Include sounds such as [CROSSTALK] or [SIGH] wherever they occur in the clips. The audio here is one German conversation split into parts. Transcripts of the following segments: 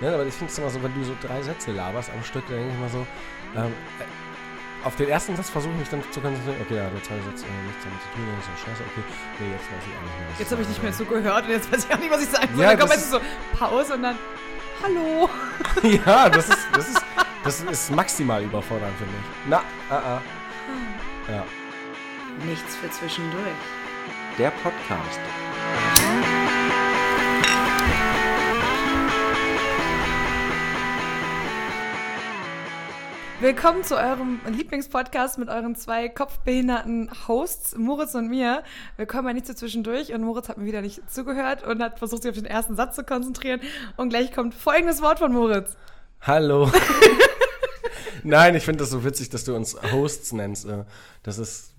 Ne, aber ich finde es immer so, wenn du so drei Sätze laberst am Stück, dann denke ich immer so, ähm, äh, auf den ersten Satz versuche ich mich dann zu konzentrieren. Okay, ja, der zweite Satz äh, nichts damit zu tun, das ist ja scheiße, okay. Nee, jetzt weiß ich auch nicht mehr. was Jetzt habe ich nicht mehr sagen zugehört und jetzt weiß ich auch nicht, was ich sagen soll. Ja, dann kommt das meistens so Pause und dann Hallo. soll. [LAUGHS] ja, das ist, das ist, das ist maximal überfordernd, finde ich. Na, ah, ah. Ja. Nichts für zwischendurch. Der Podcast. Willkommen zu eurem Lieblingspodcast mit euren zwei kopfbehinderten Hosts, Moritz und mir. Willkommen bei Nichts so zwischendurch und Moritz hat mir wieder nicht zugehört und hat versucht, sich auf den ersten Satz zu konzentrieren. Und gleich kommt folgendes Wort von Moritz. [LAUGHS] Hallo. [LAUGHS] Nein, ich finde das so witzig, dass du uns Hosts nennst. äh, Das ist,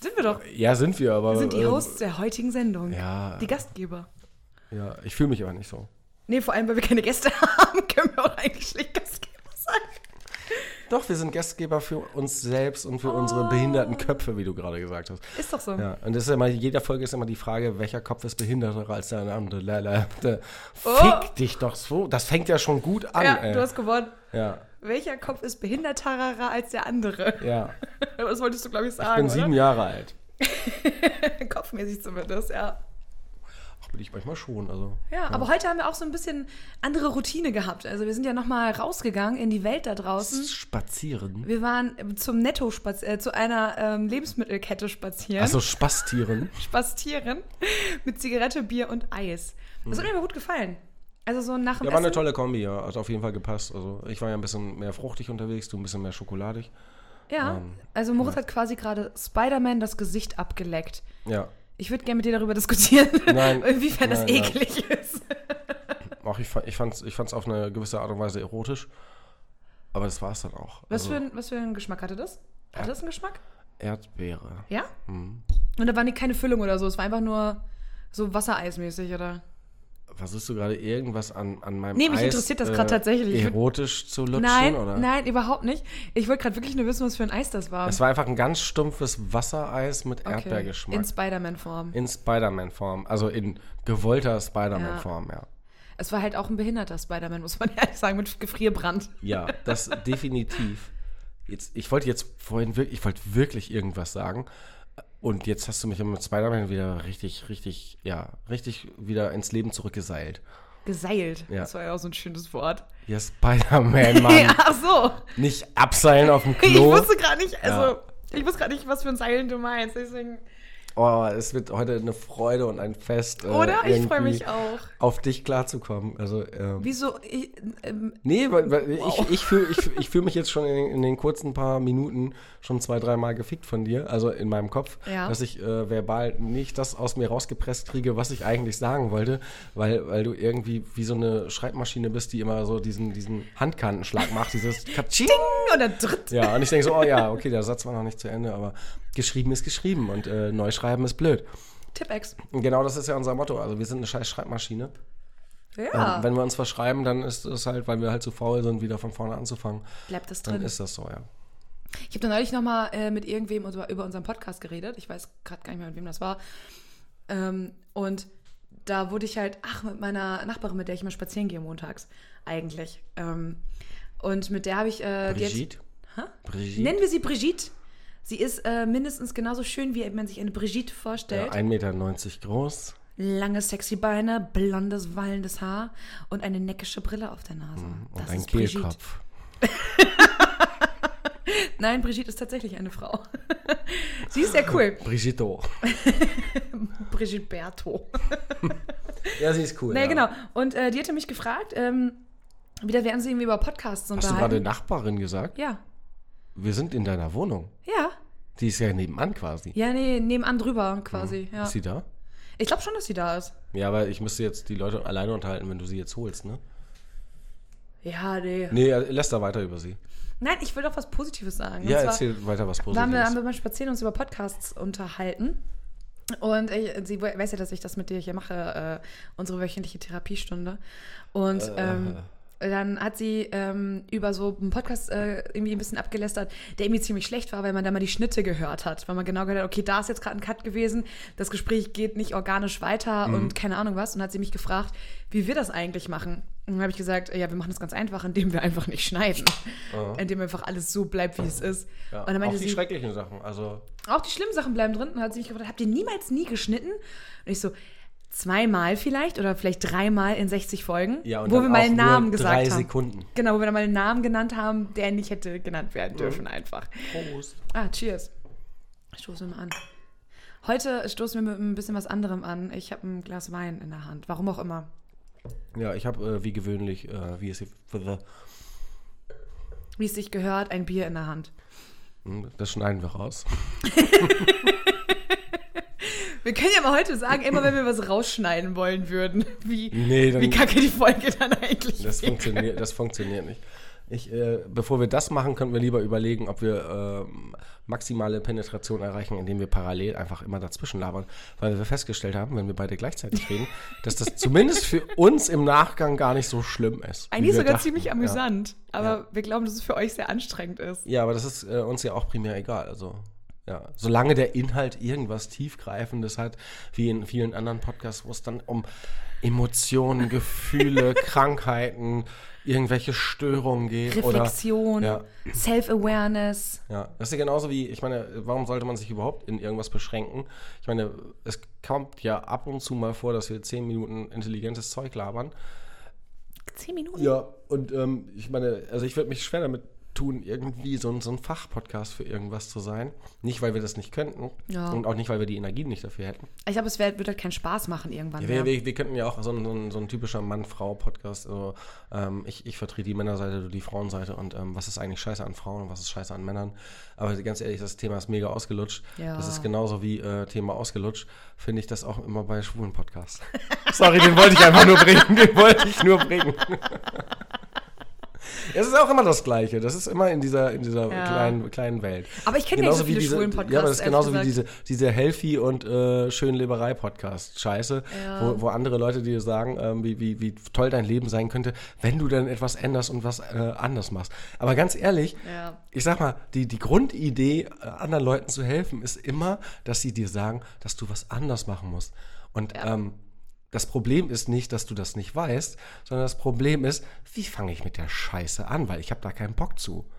Sind wir doch. ja, sind wir, aber. Wir sind die äh, Hosts der heutigen Sendung. Ja. Die Gastgeber. Ja, ich fühle mich aber nicht so. Nee, vor allem, weil wir keine Gäste [LAUGHS] haben, können wir auch eigentlich schlecht Gastgeber sein. Doch, wir sind Gastgeber für uns selbst und für unsere behinderten Köpfe, wie du gerade gesagt hast. Ist doch so. Ja, und das ist ja immer, jeder Folge ist immer die Frage, welcher Kopf ist behinderter als der andere. Lala. Fick dich doch so. Das fängt ja schon gut an, Oh. Ja, ey. du hast gewonnen. ja, Welcher Kopf ist behinderterer als der andere? ja. [LAUGHS] Das wolltest du, glaube ich, Ich sagen. bin sieben Jahre alt. oder? [LAUGHS] Kopfmäßig zumindest, ja. Ach, bin ich manchmal schon, also. ja. aber heute haben wir auch so ein bisschen andere Routine gehabt. Also wir sind ja nochmal rausgegangen in die Welt da draußen. Spazieren. Wir waren zum Netto spaz äh, zu einer ähm, Lebensmittelkette spazieren. Also Spastieren. spazieren [LAUGHS] mit Zigarette, Bier und Eis. Das hat mir immer gut gefallen. Also so nach Hm. dem Ja, war eine Essen- tolle Kombi, ja. Hat auf jeden Fall gepasst. Also ich war ja ein bisschen mehr fruchtig unterwegs, du ein bisschen mehr schokoladig. Ja, also Moritz hat quasi gerade Spider-Man das Gesicht abgeleckt. Ja, Ich würde gerne mit dir darüber diskutieren, Nein, [LAUGHS] inwiefern das nein, nein. eklig ist. auch ich, fa- ich fand's, ich fand's auf eine gewisse Art und Weise erotisch. Aber das war's dann auch. Also Was, für ein, was für einen Geschmack hatte das? Hatte das einen Geschmack? Erdbeere. Ja? Hm. Und da war nicht keine Füllung oder so, es war einfach nur so wassereismäßig, oder? Versuchst du gerade irgendwas an, an meinem Nee, mich Eis, äh, interessiert das grad tatsächlich. Ich würd- Erotisch zu lutschen? nein, oder? nein, überhaupt nicht. Ich wollte gerade wirklich nur wissen, was für ein Eis das war. Es war einfach ein ganz stumpfes Wassereis mit Erdbeergeschmack. In Spider-Man-Form. in Spider-Man-Form. Also in gewollter Spider-Man-Form, ja. Es war halt auch ein behinderter Spider-Man, muss man [LAUGHS] ehrlich sagen, mit Gefrierbrand. Ja, das [LAUGHS] definitiv. Jetzt, ich wollte jetzt vorhin wirklich, ich wollte wirklich irgendwas sagen. Und jetzt hast du mich mit Spider-Man wieder richtig, richtig, ja, richtig wieder ins Leben zurückgeseilt. Geseilt. Ja. Das war ja auch so ein schönes Wort. Ja, Spider-Man, [LAUGHS] Mann. Ach so. Nicht abseilen auf dem Ich Klo. wusste gerade nicht, also, Ja. ich wusste gerade nicht, was für ein Seilen du meinst. Deswegen, Oh, es wird heute eine Freude und ein Fest. äh, Oder? Ich freu irgendwie mich auch. Auf dich klarzukommen. Also, ähm, wieso? Ich, ähm, nee, weil, weil ich, ich fühle ich, [LAUGHS] fühl- ich fühl mich jetzt schon in, den- in den kurzen paar Minuten schon zwei, dreimal gefickt von dir, also in meinem Kopf, Ja. dass ich äh, verbal nicht das aus mir rausgepresst kriege, was ich eigentlich sagen wollte, weil, weil du irgendwie wie so eine Schreibmaschine bist, die immer so diesen, diesen Handkantenschlag macht, dieses Katsching. oder dritt. Ja, und ich denke so, oh ja, okay, der Satz war noch nicht zu Ende, aber geschrieben ist geschrieben und äh, neu schreiben ist blöd. Tippex. Und Genau das ist ja unser Motto. Also wir sind eine scheiß Schreibmaschine. Ja. Ähm, wenn wir uns verschreiben, dann ist es halt, weil wir halt zu faul sind, wieder von vorne anzufangen. Bleibt das Dann drin. ist das so, ja. Ich habe da neulich nochmal äh, mit irgendwem über, über unseren Podcast geredet. Ich weiß gerade gar nicht mehr, mit wem das war. Ähm, und da wurde ich halt, ach, mit meiner Nachbarin, mit der ich immer spazieren gehe montags, eigentlich. Ähm, und mit der habe ich. Äh, die jetzt- Brigitte? Hä? Brigitte? Nennen wir sie Brigitte. Sie ist äh, mindestens genauso schön, wie man sich eine Brigitte ja, vorstellt. 1,90 Meter groß. Lange, sexy Beine, blondes, wallendes Haar und eine neckische Brille auf der Nase. Mhm, Und ein Kehlkopf. Nein, Brigitte ist tatsächlich eine Frau. [LAUGHS] sie ist sehr cool. Brigitto. Brigitte Berto. Ja, sie ist cool. Naja, ja. genau. Und äh, die hatte mich gefragt, ähm, wieder werden sie irgendwie über Hast Podcasts du gerade unterhalten. Nachbarin gesagt? ja, Wir sind in deiner Wohnung. ja. Die ist ja nebenan quasi. Ja, nee, nebenan drüber quasi. Ja. Hm. Ist sie da? Ich glaube schon, dass sie da ist. Ja, aber ich müsste jetzt die Leute alleine unterhalten, wenn du sie jetzt holst, ne? Ja, nee. Nee, äh, lass da weiter über sie. Nein, ich will doch was Positives sagen. ja, Und zwar erzähl weiter was waren wir, haben wir Positives. beim Spazieren uns über Podcasts unterhalten. Und ich, sie we- weiß ja, dass ich das mit dir hier mache, äh, unsere wöchentliche Therapiestunde. Und ähm, dann hat sie ähm, über so einen Podcast äh, irgendwie ein bisschen abgelästert, der irgendwie ziemlich schlecht war, weil man da mal die Schnitte gehört hat. Weil man genau gehört hat, okay, da ist jetzt gerade ein Cut gewesen, das Gespräch geht nicht organisch weiter Mhm. und keine Ahnung was. Und hat sie mich gefragt, wie wir das eigentlich machen. Und dann habe ich gesagt, ja, wir machen das ganz einfach, indem wir einfach nicht schneiden. Indem einfach alles so bleibt, wie es ist. Ah. Ja, und dann meinte auch die sie, schrecklichen Sachen. Also, auch die schlimmen Sachen bleiben drin. Und hat sie mich gefragt, habt ihr niemals nie geschnitten? Und ich so, zweimal vielleicht oder vielleicht dreimal in 60 Folgen, ja, und wo dann wir mal auch einen nur Namen gesagt drei haben. Sekunden. Mhm. Genau, wo wir dann mal einen Namen genannt haben, der nicht hätte genannt werden dürfen einfach. Prost. Ah, cheers. Stoßen wir mal an. Heute stoßen wir mit ein bisschen was anderem an. Ich habe ein Glas Wein in der Hand, warum auch immer. Ja, ich habe äh, wie gewöhnlich, äh, wie es Wie es sich gehört, ein Bier in der Hand. Hm, Das schneiden wir raus. [LAUGHS] Wir können ja mal heute sagen, immer wenn wir was rausschneiden wollen würden, wie, Nee, dann- wie kacke die Folge dann eigentlich Das wäre. funktioniert, das funktioniert nicht. Ich, äh, bevor wir das machen, könnten wir lieber überlegen, ob wir ähm, maximale Penetration erreichen, indem wir parallel einfach immer dazwischen labern. Weil wir festgestellt haben, wenn wir beide gleichzeitig reden, dass das zumindest für uns im Nachgang gar nicht so schlimm ist. wie Eigentlich wir sogar dachten. ziemlich amüsant. Aber Ja. wir glauben, dass es für euch sehr anstrengend ist. Ja, ja aber das ist äh, uns ja auch primär egal. Also, ja, solange der Inhalt irgendwas Tiefgreifendes hat, wie in vielen anderen Podcasts, wo es dann um Emotionen, Gefühle, Krankheiten, irgendwelche Störungen geht. Oder Reflexion, ja. Self-Awareness. Ja, das ist ja genauso wie, ich meine, warum sollte man sich überhaupt in irgendwas beschränken? Ich meine, es kommt ja ab und zu mal vor, dass wir zehn Minuten intelligentes Zeug labern. Zehn Minuten. Ja, und ähm, ich meine, also ich würde mich schwer damit tun, irgendwie so ein, so ein Fachpodcast für irgendwas zu sein. Nicht, weil wir das nicht könnten Ja. und auch nicht, weil wir die Energien nicht dafür hätten. Ich glaube, es wär, wird halt keinen Spaß machen irgendwann. Wir, mehr. wir, wir könnten ja auch so ein, so ein, so ein typischer Mann-Frau-Podcast, also ähm, ich, ich vertrete die Männerseite, du die Frauenseite und ähm, was ist eigentlich scheiße an Frauen und was ist scheiße an Männern. Aber ganz ehrlich, das Thema ist mega ausgelutscht. Ja. Das ist genauso wie äh, Thema ausgelutscht, finde ich das auch immer bei schwulen Podcasts. [LAUGHS] Sorry, den wollte ich einfach nur bringen, den wollte ich nur bringen. [LAUGHS] Es ist auch immer das Gleiche. Das ist immer in dieser, in dieser Ja. kleinen, kleinen Welt. Aber ich kenne gar nicht so Genauso wie viele diese, schwulen Podcasts, Ja, aber das ist ehrlich genauso wie gesagt. diese, diese Healthy und äh, Schönleberei-Podcast-Scheiße, Ja. wo, wo andere Leute dir sagen, ähm, wie, wie, wie toll dein Leben sein könnte, wenn du dann etwas änderst und was äh, anders machst. Aber ganz ehrlich, Ja. ich sag mal, die, die Grundidee, äh, anderen Leuten zu helfen, ist immer, dass sie dir sagen, dass du was anders machen musst. Und ähm, das Problem ist nicht, dass du das nicht weißt, sondern das Problem ist, wie fange ich mit der Scheiße an, weil ich habe da keinen Bock zu.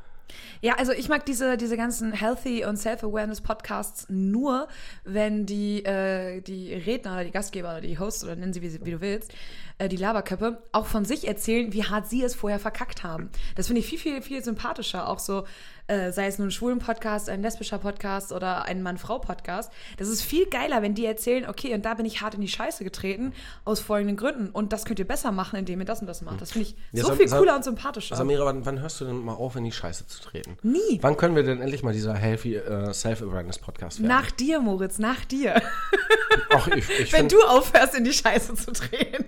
Ja, also ich mag diese, diese ganzen Healthy- und Self-Awareness-Podcasts nur, wenn die, äh, die Redner oder die Gastgeber oder die Hosts oder nennen sie, wie, sie- wie du willst, äh, die Laberköpfe, auch von sich erzählen, wie hart sie es vorher verkackt haben. Das finde ich viel, viel, viel sympathischer. Auch so, äh, sei es nun ein schwulen Podcast, ein lesbischer Podcast oder ein Mann-Frau-Podcast. Das ist viel geiler, wenn die erzählen, okay, und da bin ich hart in die Scheiße getreten, aus folgenden Gründen. Und das könnt ihr besser machen, indem ihr das und das macht. Das finde ich Ja, so Sam- viel Sam- cooler und sympathischer. Samira, wann, wann hörst du denn mal auf, in die Scheiße zu treten? Nie. Wann können wir denn endlich mal dieser Healthy äh, Self-Awareness-Podcast werden? Nach dir, Moritz, nach dir. Ach, ich, ich [LAUGHS] Wenn find, du aufhörst, in die Scheiße [LAUGHS] zu drehen.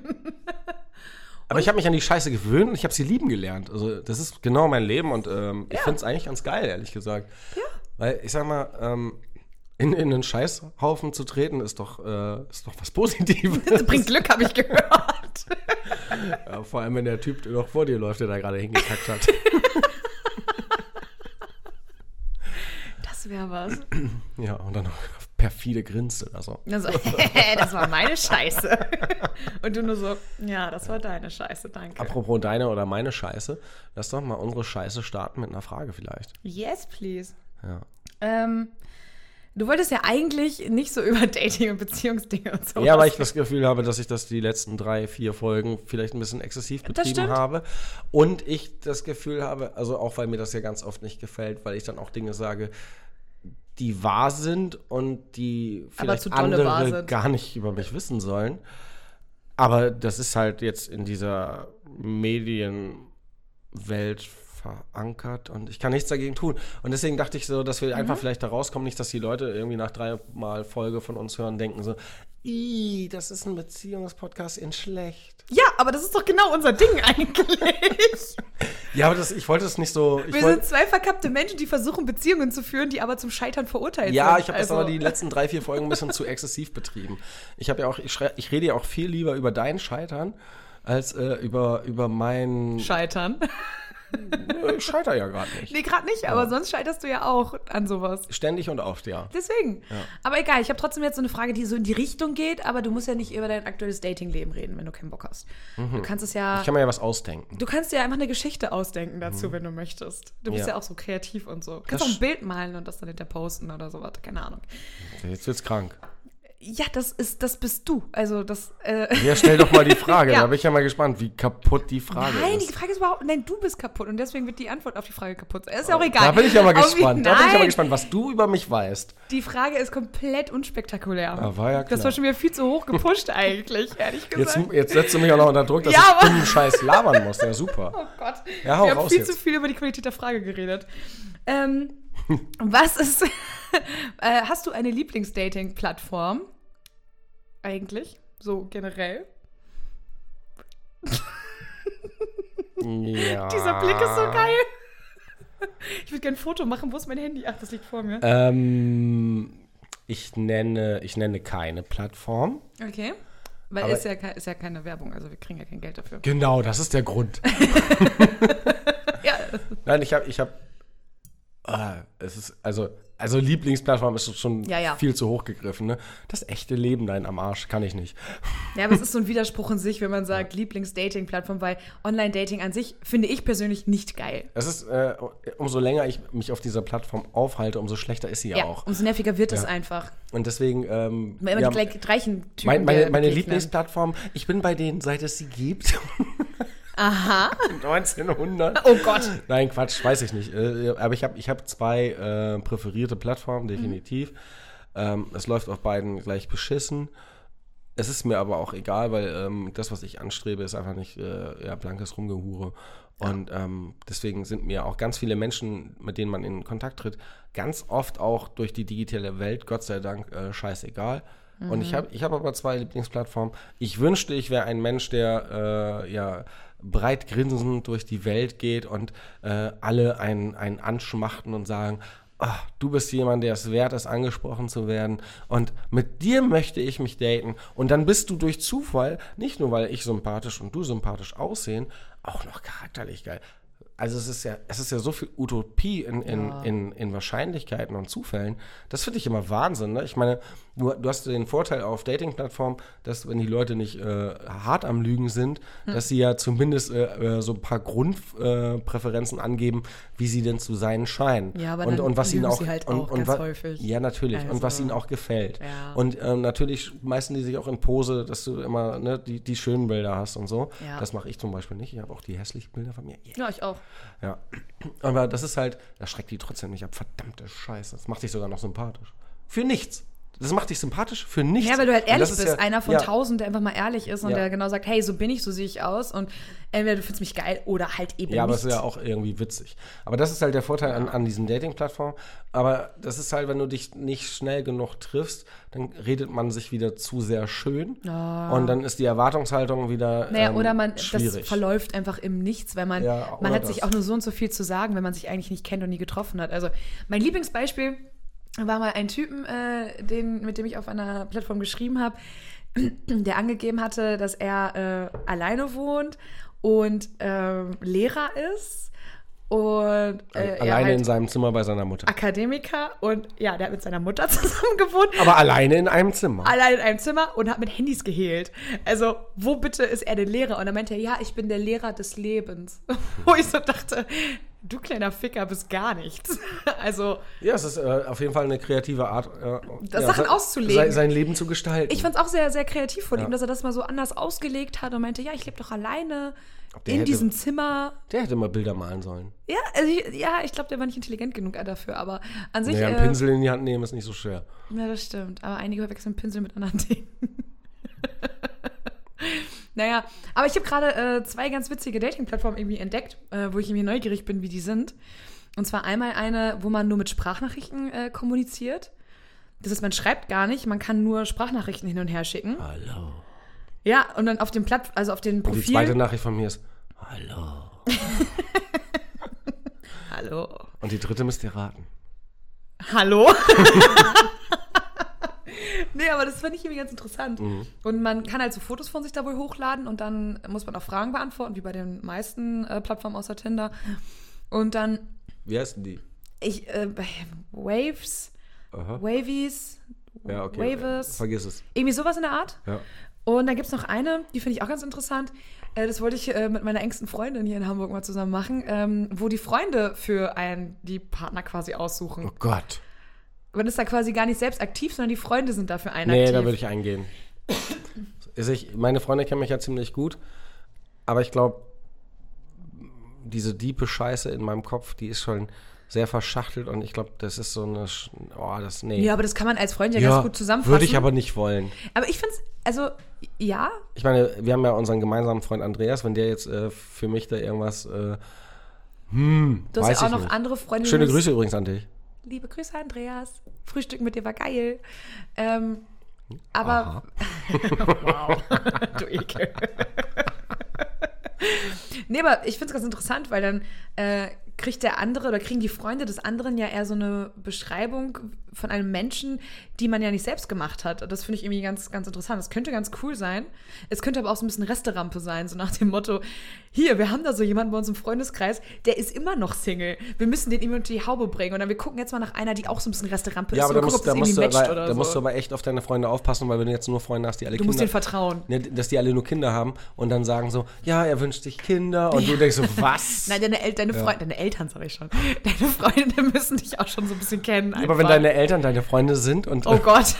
aber ich habe mich an die Scheiße gewöhnt und ich habe sie lieben gelernt. Also das ist genau mein Leben und ähm, ich finde es eigentlich ganz geil, ehrlich gesagt. Ja. Weil ich sag mal, ähm, in, in einen Scheißhaufen zu treten, ist doch, äh, ist doch was Positives. [LAUGHS] Das bringt Glück, habe ich gehört. ja, vor allem, wenn der Typ noch vor dir läuft, der da gerade hingekackt hat. [LAUGHS] Das wäre was. ja, und dann noch perfide grinst oder so. [LAUGHS] Also, das war meine Scheiße. Und du nur so, ja, das war deine Scheiße, danke. Apropos deine oder meine Scheiße, lass doch mal unsere Scheiße starten mit einer Frage vielleicht. Yes, please. Ja. Ähm, du wolltest ja eigentlich nicht so über Dating und Beziehungsdinge und so. Ja, weil ich das Gefühl habe, dass ich das die letzten drei, vier Folgen vielleicht ein bisschen exzessiv betrieben stimmt. habe. Und ich das Gefühl habe, also auch weil mir das ja ganz oft nicht gefällt, weil ich dann auch Dinge sage, die wahr sind und die Aber vielleicht zu dolle wahr andere sind. gar nicht über mich wissen sollen. Aber das ist halt jetzt in dieser Medienwelt verankert und ich kann nichts dagegen tun. Und deswegen dachte ich so, dass wir Mhm. einfach vielleicht da rauskommen, nicht, dass die Leute irgendwie nach dreimal Folge von uns hören, denken so, Ih, das ist ein Beziehungspodcast in schlecht. ja, aber das ist doch genau unser Ding eigentlich. Ja, aber das, ich wollte es nicht so. [LAUGHS] Ich Wir wollt- sind zwei verkappte Menschen, die versuchen, Beziehungen zu führen, die aber zum Scheitern verurteilt sind. Ja, ich habe das Also- aber die letzten drei, vier Folgen ein bisschen zu exzessiv betrieben. Ich habe ja auch, ich, schrei- ich rede ja auch viel lieber über dein Scheitern als äh, über, über mein. Scheitern. Äh, ich scheiter ja gerade nicht. Nee, gerade nicht, aber sonst scheiterst du ja auch an sowas. Ständig und oft, ja. Deswegen. Aber egal, ich habe trotzdem jetzt so eine Frage, die so in die Richtung geht, aber du musst ja nicht über dein aktuelles Datingleben reden, wenn du keinen Bock hast. Du kannst es ja. Mhm. Ich kann mir ja was ausdenken. Du kannst dir einfach eine Geschichte ausdenken dazu, wenn du möchtest. Du bist ja. Ja. auch so kreativ und so. Du kannst Das auch ein Bild malen und das dann hinter posten oder sowas. Keine Ahnung. Jetzt wird's krank. Ja, das ist, das bist du. Also das. Äh, Ja, stell doch [LAUGHS] mal die Frage. Ja. Da bin ich ja mal gespannt, wie kaputt die Frage Nein, die ist. Frage ist überhaupt, nein, du bist kaputt und deswegen wird die Antwort auf die Frage kaputt. sein. Ist ja auch egal. Oh, Da bin ich ja mal Auf die- gespannt. Da bin ich ja mal Nein, gespannt, was du über mich weißt. Die Frage ist komplett unspektakulär. Ah, war ja Das klar. war schon wieder viel zu [LAUGHS] hoch gepusht eigentlich, ehrlich Jetzt, gesagt. jetzt setzt du mich auch noch unter Druck, dass Ja, ich aber- dummen Scheiß labern muss. Ja, super. oh Gott. Ja, hau Wir haben raus viel jetzt. zu viel über die Qualität der Frage geredet. Ähm, was ist. [LAUGHS] äh, hast du eine Lieblingsdating-Plattform? Eigentlich? So generell? Ja. [LAUGHS] Dieser Blick ist Ah. so geil. [LAUGHS] Ich würde gerne ein Foto machen. Wo ist mein Handy? Ach, das liegt vor Äh. mir. Ähm, ich, nenne, ich nenne keine Plattform. Okay. Weil aber- ist ja, ke- ist ja keine Werbung, also wir kriegen ja kein Geld dafür. Genau, das ist der Grund. Ja, Nein, ich habe, ich habe, ah, es ist, also, also Lieblingsplattform ist schon Ja, ja. viel zu hoch gegriffen. Ne? Das echte Leben, nein, am Arsch, kann ich nicht. Ja, aber es ist so ein Widerspruch in sich, wenn man sagt, Lieblings-Dating-Plattform, weil Online-Dating an sich finde ich persönlich nicht geil. Es ist, äh, umso länger ich mich auf dieser Plattform aufhalte, umso schlechter ist sie ja, Ja, auch. umso nerviger wird es Ja. einfach. Und deswegen, ähm, Weil immer ja, die gleich- gleichen Typen. mein, meine, dir meine begegnen. Lieblingsplattform, ich bin bei denen, seit es sie gibt. [LAUGHS] Aha. [LAUGHS] 1900. Oh Gott. [LAUGHS] Nein, Quatsch, weiß ich nicht. Äh, aber ich habe ich hab zwei äh, präferierte Plattformen, definitiv. Ähm, es läuft auf beiden gleich beschissen. Es ist mir aber auch egal, weil ähm, das, was ich anstrebe, ist einfach nicht äh, ja, blankes Rumgehure. Und ähm, deswegen sind mir auch ganz viele Menschen, mit denen man in Kontakt tritt, ganz oft auch durch die digitale Welt, Gott sei Dank, äh, scheißegal. Und ich habe ich hab aber zwei Lieblingsplattformen. Ich wünschte, ich wäre ein Mensch, der äh, ja breit grinsend durch die Welt geht und äh, alle einen, einen anschmachten und sagen, ah, du bist jemand, der es wert ist, angesprochen zu werden. Und mit dir möchte ich mich daten. Und dann bist du durch Zufall, nicht nur weil ich sympathisch und du sympathisch aussehen, auch noch charakterlich geil. Also es ist ja, es ist ja so viel Utopie in, in, in, in Wahrscheinlichkeiten und Zufällen. Das finde ich immer Wahnsinn. Ne? Ich meine, du, du hast den Vorteil auf Dating-Plattformen, dass wenn die Leute nicht äh, hart am Lügen sind, dass sie ja zumindest äh, äh, so ein paar Grundpräferenzen äh, Präferenzen angeben, wie sie denn zu sein scheinen. Ja, aber und, dann und was ihnen lügen auch, sie halt und, auch und ganz wa- häufig. Ja, natürlich. Also- Und was ihnen auch gefällt. Ja. Und ähm, natürlich meisten die sich auch in Pose, dass du immer ne, die, die schönen Bilder hast und so. Ja. Das mache ich zum Beispiel nicht. Ich habe auch die hässlichen Bilder von mir. Yeah. Ja, ich auch. Ja. [CLEARS THROAT] Aber das ist halt, das schreckt die trotzdem nicht ab. Verdammte Scheiße. Das macht dich sogar noch sympathisch. Für nichts. Das macht dich sympathisch für nichts. Ja, weil du halt Und ehrlich das ist bist. ja- Einer von ja, tausend, der einfach mal ehrlich ist und Ja. der genau sagt, hey, so bin ich, so sehe ich aus. Und entweder du findest mich geil oder halt eben Ja, aber nicht. es ist ja auch irgendwie witzig. Aber das ist halt der Vorteil an, an diesen Dating-Plattformen. Aber das ist halt, wenn du dich nicht schnell genug triffst, dann redet man sich wieder zu sehr schön. Und dann ist die Erwartungshaltung wieder Ah. Naja, ähm, oder man, das schwierig. verläuft einfach im Nichts, weil man, Ja, man oder hat sich das. auch nur so und so viel zu sagen, wenn man sich eigentlich nicht kennt und nie getroffen hat. Also mein Lieblingsbeispiel war mal ein Typen, äh, den, mit dem ich auf einer Plattform geschrieben habe, [CLEARS THROAT] der angegeben hatte, dass er äh, alleine wohnt und ähm, Lehrer ist und äh, er alleine halt in seinem Zimmer bei seiner Mutter. Akademiker und ja, der hat mit seiner Mutter [LAUGHS] zusammen gewohnt Aber alleine in einem Zimmer. allein in einem Zimmer und hat mit Handys gehehlt. Also, wo bitte ist er der Lehrer? Und dann meinte er, ja, ich bin der Lehrer des Lebens. [LAUGHS] Wo ich so dachte, du kleiner Ficker bist gar nichts. [LAUGHS] Also, Ja, es ist äh, auf jeden Fall eine kreative Art, äh, Das ja, Sachen se- auszulegen. Sein, sein Leben zu gestalten. ich fand's auch sehr, sehr kreativ von Ja. ihm, dass er das mal so anders ausgelegt hat und meinte, ja, ich lebe doch alleine der in hätte- diesem Zimmer. der hätte mal Bilder malen sollen. Ja, also ich, ja, ich glaube, der war nicht intelligent genug dafür, aber an sich. Naja, einen äh, Pinsel in die Hand nehmen ist nicht so schwer. Ja, das stimmt. Aber einige verwechseln Pinsel mit anderen Dingen. [LAUGHS] naja, aber ich habe gerade äh, zwei ganz witzige Dating-Plattformen irgendwie entdeckt, äh, wo ich irgendwie neugierig bin, wie die sind. Und zwar einmal eine, wo man nur mit Sprachnachrichten äh, kommuniziert. Das heißt, man schreibt gar nicht, man kann nur Sprachnachrichten hin und her schicken. Hallo. Ja, und dann auf dem Platt, also auf dem Und Profil. die zweite Nachricht von mir ist, hallo. Hallo. Und die dritte müsst ihr raten. Hallo? [LAUGHS] Nee, aber das fand ich irgendwie ganz interessant. Mhm. Und man kann halt so Fotos von sich da wohl hochladen und dann muss man auch Fragen beantworten, wie bei den meisten äh, Plattformen außer Tinder. Und dann, Wie heißen die? ich, äh, Waves, Aha. Wavies, Ja, okay. Waves, Vergiss es. irgendwie sowas in der Art. Ja. Und dann gibt es noch eine, die finde ich auch ganz interessant. Äh, Das wollte ich äh, mit meiner engsten Freundin hier in Hamburg mal zusammen machen, ähm, wo die Freunde für einen die Partner quasi aussuchen. Oh Gott. Man ist da quasi gar nicht selbst aktiv, sondern die Freunde sind dafür einaktiv. Nee, da würde ich eingehen. Also ich, meine Freunde kennen mich ja ziemlich gut, aber ich glaube, diese diepe Scheiße in meinem Kopf, die ist schon sehr verschachtelt und ich glaube, das ist so eine. Sch oh, das. Nee. ja, aber das kann man als Freund ja, Ja, ganz gut zusammenfassen. Würde ich aber nicht wollen. Aber ich finde es, also, ja, Ich meine, wir haben ja unseren gemeinsamen Freund Andreas, wenn der jetzt äh, für mich da irgendwas. Äh, hm, du hast weiß ja auch ich noch nicht. andere Freunde. die Schöne du- Grüße übrigens an dich. Liebe Grüße, Andreas. Frühstück mit dir war geil. Ähm, aber. [LAUGHS] wow, [LAUGHS] du Ekel. [LAUGHS] nee, aber ich finde es ganz interessant, weil dann äh, kriegt der andere oder kriegen die Freunde des anderen ja eher so eine Beschreibung von einem Menschen, die man ja nicht selbst gemacht hat. Das finde ich irgendwie ganz, ganz interessant. Das könnte ganz cool sein. Es könnte aber auch so ein bisschen Resterampe sein, so nach dem Motto: Hier, wir haben da so jemanden bei uns im Freundeskreis, der ist immer noch Single. Wir müssen den ihm unter die Haube bringen. Und dann wir gucken jetzt mal nach einer, die auch so ein bisschen Resterampe Ja, ist. aber da, und gucken, musst, da, musst ob das du, irgendwie matcht aber, oder da musst du so. aber echt auf deine Freunde aufpassen, weil wenn du jetzt nur Freunde hast, die alle Du Kinder... musst denen vertrauen. Ne, dass die alle nur Kinder haben und dann sagen so, ja, er wünscht sich Kinder und du denkst so, was? [LAUGHS] Nein, deine, El deine, Freund deine Eltern, sag ich schon. [LAUGHS] Deine Freunde müssen dich auch schon so ein bisschen kennen. aber wenn einfach. deine Eltern deine Freunde sind und [LAUGHS] Oh Gott.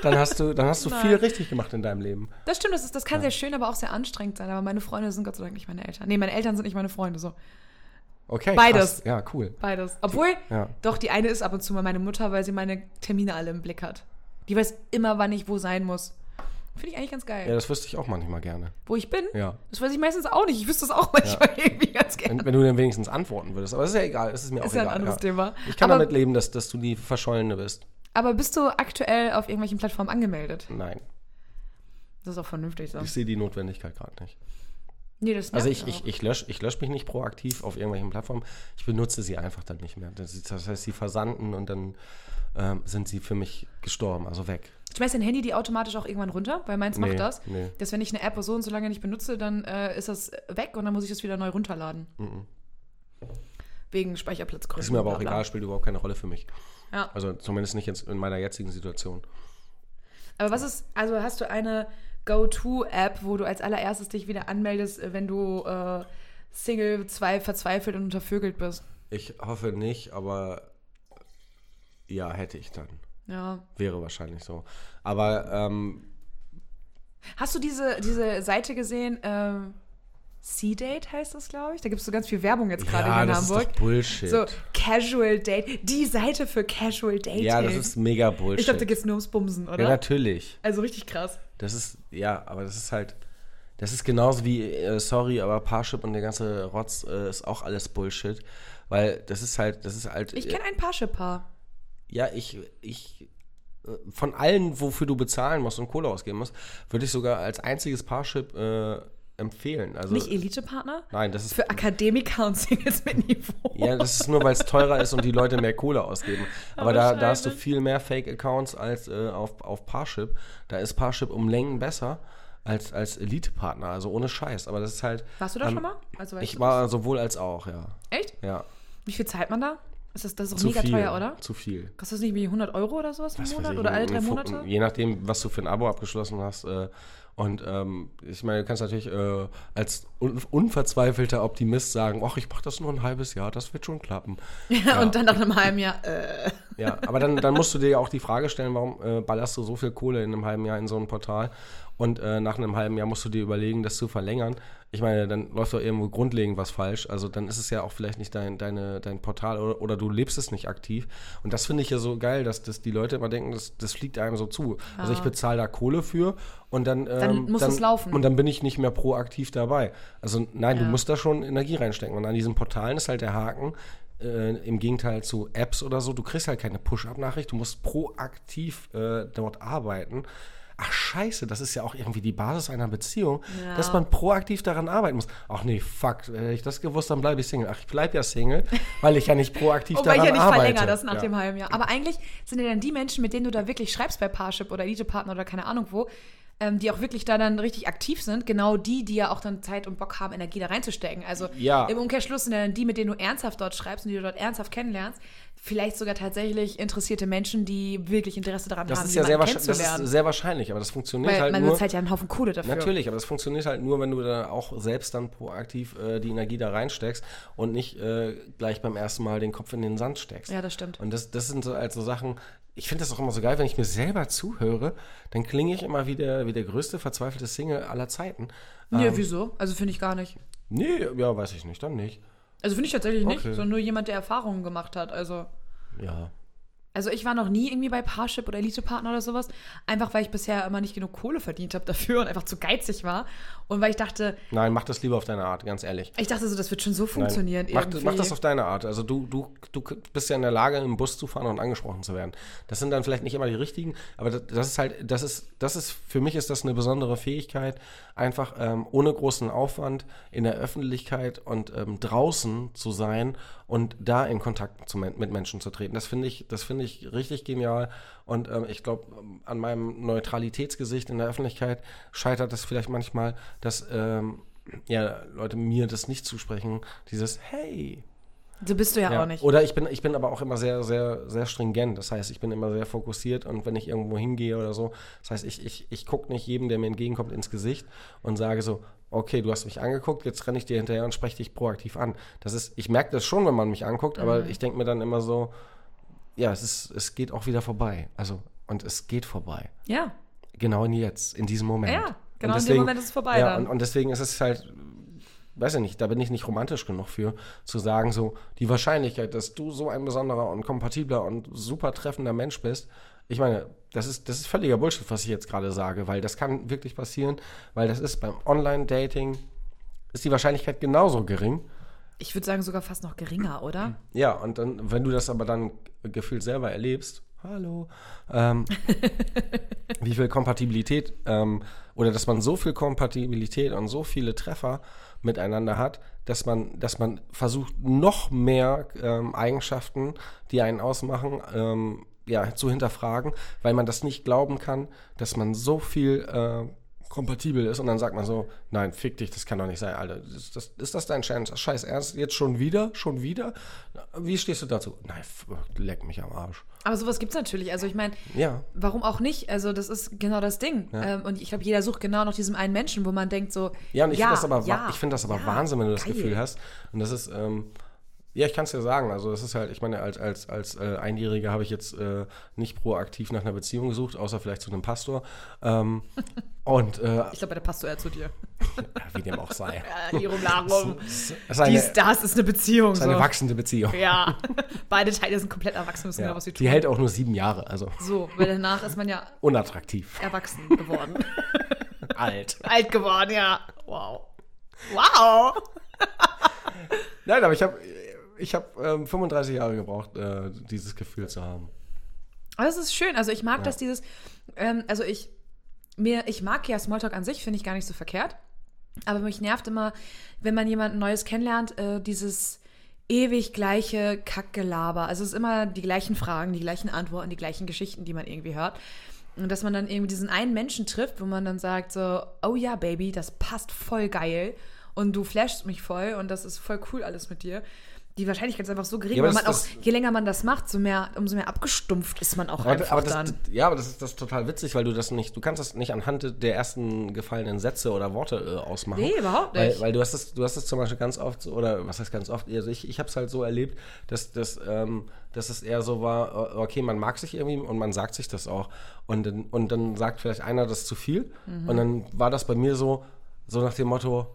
dann hast du, dann hast du viel Nein. richtig gemacht in deinem Leben. Das stimmt, das, ist, das kann sehr schön, aber auch sehr anstrengend sein. Aber meine Freunde sind Gott sei Dank nicht meine Eltern. Nee, meine Eltern sind nicht meine Freunde, so. Okay. krass. Beides. Ja, cool. Beides. Obwohl, ja. doch, die eine ist ab und zu mal meine Mutter, weil sie meine Termine alle im Blick hat. Die weiß immer, wann ich wo sein muss. Finde ich eigentlich ganz geil. Ja, das wüsste ich auch manchmal gerne. Wo ich bin, Ja. das weiß ich meistens auch nicht. Ich wüsste das auch [LAUGHS] manchmal irgendwie ganz gerne. Wenn, wenn du dann wenigstens antworten würdest. Aber das ist oh ja egal, es ist mir auch Ist ja egal. ein anderes Thema. Ich kann Aber- damit leben, dass, dass du die Verschollene bist. Aber bist du aktuell auf irgendwelchen Plattformen angemeldet? Nein, Das ist auch vernünftig so. ich sehe die Notwendigkeit gerade nicht. Nee, das Also merkt ich, man ich, auch. ich lösche ich lösch mich nicht proaktiv auf irgendwelchen Plattformen. Ich benutze sie einfach dann nicht mehr. Das, ist- das heißt, sie versanden und dann ähm, sind sie für mich gestorben, also weg. Schmeißt dein Handy die automatisch auch irgendwann runter, weil meins Nee, macht das. nee. Dass wenn ich eine App so und so lange nicht benutze, dann äh, ist das weg und dann muss ich das wieder neu runterladen. Wegen Speicherplatzgröße. Ist mir aber auch egal, spielt überhaupt keine Rolle für mich. Ja. Also zumindest nicht jetzt in meiner jetzigen Situation. Aber was ist, also hast du eine Go-To-App, wo du als allererstes dich wieder anmeldest, äh, wenn du äh, Single, zwei, verzweifelt und untervögelt bist? Ich hoffe nicht, aber ja, hätte ich dann. Ja. Wäre wahrscheinlich so. Aber ähm, Hast du diese, diese Seite gesehen? Ähm, C-Date heißt das, glaube ich. Da gibt es so ganz viel Werbung jetzt gerade ja, hier in das Hamburg. ist doch Bullshit. So, Casual Date. Die Seite für Casual Dating. ja, das ist mega Bullshit. E Ich glaube, da geht's nur ums Bumsen, oder? ja, natürlich. also richtig krass. Das ist, ja, aber das ist halt, das ist genauso wie, äh, sorry, aber Parship und der ganze Rotz äh, ist auch alles Bullshit, weil das ist halt, das ist halt, Ich äh, kenne ein Parship-Paar. ja, ich, ich, äh, von allen, wofür du bezahlen musst und Kohle ausgeben musst, würde ich sogar als einziges Parship äh, empfehlen. Also, Nicht Elite-Partner? nein, das ist, Für Akademiker und Singles mit [LAUGHS] Niveau. ja, das ist nur, weil es teurer ist und die Leute mehr Kohle ausgeben. Aber Aber da, da hast du scheiße. viel mehr Fake-Accounts als äh, auf, auf Parship. Da ist Parship um Längen besser als, als Elite-Partner, also ohne Scheiß. Aber das ist halt. Warst du da ähm, schon mal? Also, weißt Ich du war sowohl als auch, ja. das? Echt? Ja, Wie viel zahlt man da? Ist das, das ist doch zu mega viel. teuer, oder? Zu viel. Kostet das nicht wie 100 Euro oder sowas im Was weiß Monat? ich, Oder alle ein drei Fu- Monate? Je nachdem, was du für ein Abo abgeschlossen hast. äh, Und ähm, ich meine, du kannst natürlich äh, als un unverzweifelter Optimist sagen, ach, ich mach das nur ein halbes Jahr, das wird schon klappen. Ja. [LAUGHS] Und dann nach einem halben Jahr, äh. Ja, aber dann, dann musst du dir ja auch die Frage stellen, warum äh, ballerst du so viel Kohle in einem halben Jahr in so ein Portal und äh, nach einem halben Jahr musst du dir überlegen, das zu verlängern. Ich meine, dann läuft doch irgendwo grundlegend was falsch. Also dann ist es ja auch vielleicht nicht dein, deine, dein Portal oder, oder du lebst es nicht aktiv. Und das finde ich ja so geil, dass, dass die Leute immer denken, das, das fliegt einem so zu. Also ich bezahle da Kohle für und dann... Ähm, Dann muss es laufen. Und dann bin ich nicht mehr proaktiv dabei. Also nein, du Ja. musst da schon Energie reinstecken. Und an diesen Portalen ist halt der Haken, äh, im Gegenteil zu Apps oder so, du kriegst halt keine Push-Up-Nachricht, du musst proaktiv äh, dort arbeiten. ach scheiße, das ist ja auch irgendwie die Basis einer Beziehung, Ja. dass man proaktiv daran arbeiten muss. Ach nee, fuck, hätte ich das gewusst, dann bleibe ich Single. Ach, ich bleibe ja [LAUGHS] Single, weil ich ja nicht proaktiv Wobei Oh, ich daran ja nicht arbeite. verlängere das nach ja. dem halben Jahr. Aber eigentlich sind ja dann die Menschen, mit denen du da wirklich schreibst bei Parship oder Elite-Partner oder keine Ahnung wo, ähm, die auch wirklich da dann richtig aktiv sind, genau die, die ja auch dann Zeit und Bock haben, Energie da reinzustecken. Also Ja. im Umkehrschluss sind ja dann die, mit denen du ernsthaft dort schreibst und die du dort ernsthaft kennenlernst, vielleicht sogar tatsächlich interessierte Menschen, die wirklich Interesse daran Das haben, ist ja sehr, jemanden wahrscheinlich, das ist kennenzulernen. sehr wahrscheinlich, aber das funktioniert Weil halt man nur. bezahlt ja einen Haufen Kohle dafür. Natürlich, aber das funktioniert halt nur, wenn du da auch selbst dann proaktiv äh, die Energie da reinsteckst und nicht äh, gleich beim ersten Mal den Kopf in den Sand steckst. Ja, das stimmt. Und das, das sind so also Sachen, ich finde das auch immer so geil, wenn ich mir selber zuhöre, dann klinge ich immer wie der, wie der größte verzweifelte Single aller Zeiten. Ähm, Nee, wieso? Also finde ich gar nicht. Nee, ja, weiß ich nicht, dann nicht. Also finde ich tatsächlich nicht, Okay. sondern nur jemand, der Erfahrungen gemacht hat. Also Ja. Also ich war noch nie irgendwie bei Parship oder Elite-Partner oder sowas, einfach weil ich bisher immer nicht genug Kohle verdient habe dafür und einfach zu geizig war. Und weil ich dachte, Nein, mach das lieber auf deine Art, ganz ehrlich. ich dachte so, das wird schon so Nein, funktionieren mach, irgendwie. mach das auf deine Art. Also du, du, du bist ja in der Lage, im Bus zu fahren und angesprochen zu werden. Das sind dann vielleicht nicht immer die richtigen, aber das, das ist halt, das ist, das ist, für mich ist das eine besondere Fähigkeit, einfach ähm, ohne großen Aufwand in der Öffentlichkeit und ähm, draußen zu sein und da in Kontakt zu men mit Menschen zu treten. Das finde ich, das finde ich richtig genial. Und ähm, ich glaube, an meinem Neutralitätsgesicht in der Öffentlichkeit scheitert es vielleicht manchmal, dass ähm, ja, Leute mir das nicht zusprechen, dieses Hey. so bist du ja, Ja. auch nicht. Oder ich bin, ich bin aber auch immer sehr, sehr, sehr stringent. Das heißt, ich bin immer sehr fokussiert und wenn ich irgendwo hingehe oder so, das heißt, ich, ich, ich gucke nicht jedem, der mir entgegenkommt, ins Gesicht und sage so, okay, du hast mich angeguckt, jetzt renne ich dir hinterher und spreche dich proaktiv an. Das ist, ich merke das schon, wenn man mich anguckt, aber Mhm. ich denke mir dann immer so, ja, es ist, es geht auch wieder vorbei. Also, und es geht vorbei ja, genau in jetzt, in diesem Moment. Ja, genau Und in dem Moment ist es vorbei Ja, dann. Und, und deswegen ist es halt, weiß ich nicht, da bin ich nicht romantisch genug für, zu sagen, so, die Wahrscheinlichkeit, dass du so ein besonderer und kompatibler und super treffender Mensch bist, ich meine, das ist, das ist völliger Bullshit, was ich jetzt gerade sage, weil das kann wirklich passieren, weil das ist beim Online-Dating, ist die Wahrscheinlichkeit genauso gering. ich würde sagen sogar fast noch geringer, oder? Ja, und dann, wenn du das aber dann gefühlt selber erlebst, hallo, ähm, wie viel Kompatibilität ähm, oder dass man so viel Kompatibilität und so viele Treffer miteinander hat, dass man, dass man versucht, noch mehr ähm, Eigenschaften, die einen ausmachen, ähm, ja, zu hinterfragen, weil man das nicht glauben kann, dass man so viel äh, kompatibel ist und dann sagt man so, nein, fick dich, das kann doch nicht sein, Alter. Ist das, ist das dein Scheiß, Scheiß Ernst? Jetzt schon wieder? Schon wieder? Wie stehst du dazu? Nein, f- leck mich am Arsch. Aber sowas gibt's natürlich. Also ich meine, Ja. warum auch nicht? Also das ist genau das Ding. Ähm, und ich glaube, jeder sucht genau nach diesem einen Menschen, wo man denkt so, Ja, und ich finde das aber, wa- ja, ich find das aber ja, Wahnsinn, wenn du das geil. Gefühl hast. Und das ist, ähm, ja, ich kann es dir sagen. Also, das ist halt, ich meine, als, als, als äh, Einjähriger habe ich jetzt äh, nicht proaktiv nach einer Beziehung gesucht, außer vielleicht zu einem Pastor. [LAUGHS] Ähm, und äh, Ich glaube, der passt so eher zu dir. [LAUGHS] wie dem auch sei. Äh, Irum Larum. Es ist eine, Die es Stars ist eine Beziehung. ist eine so. wachsende Beziehung. Ja, [LAUGHS] beide Teile sind komplett erwachsen, wissen Ja. genau, was sie Die tun. hält auch nur sieben Jahre, also So, weil danach ist man ja unattraktiv. erwachsen geworden. Alt. [LAUGHS] Alt geworden, ja. Wow. Wow. Nein, aber ich habe ich hab, ähm, 35 Jahre gebraucht, äh, dieses Gefühl zu haben. Aber es ist schön. Also ich mag das dieses, ähm, also ich, mir, ich mag ja Smalltalk an sich, finde ich gar nicht so verkehrt. Aber mich nervt immer, wenn man jemanden Neues kennenlernt, äh, dieses ewig gleiche Kackgelaber. Also es ist immer die gleichen Fragen, die gleichen Antworten, die gleichen Geschichten, die man irgendwie hört. Und dass man dann irgendwie diesen einen Menschen trifft, wo man dann sagt so, oh ja, Baby, das passt voll geil und du flashst mich voll und das ist voll cool alles mit dir. Die Wahrscheinlichkeit ist einfach so gering, Ja, aber weil das- man auch, das- je länger man das macht, so mehr, umso mehr abgestumpft ist man auch Aber, einfach aber das, dann. ja, aber das ist das ist total witzig, weil du das nicht, du kannst das nicht anhand der ersten gefallenen Sätze oder Worte äh, ausmachen. Nee, überhaupt nicht. Weil, weil du hast das, du hast das zum Beispiel ganz oft, so- oder was heißt ganz oft, also ich, ich habe es halt so erlebt, dass, dass, ähm, dass es eher so war, äh, okay, man mag sich irgendwie und man sagt sich das auch. Und dann, und dann sagt vielleicht einer das zu viel. Mhm. Und dann war das bei mir so, so nach dem Motto,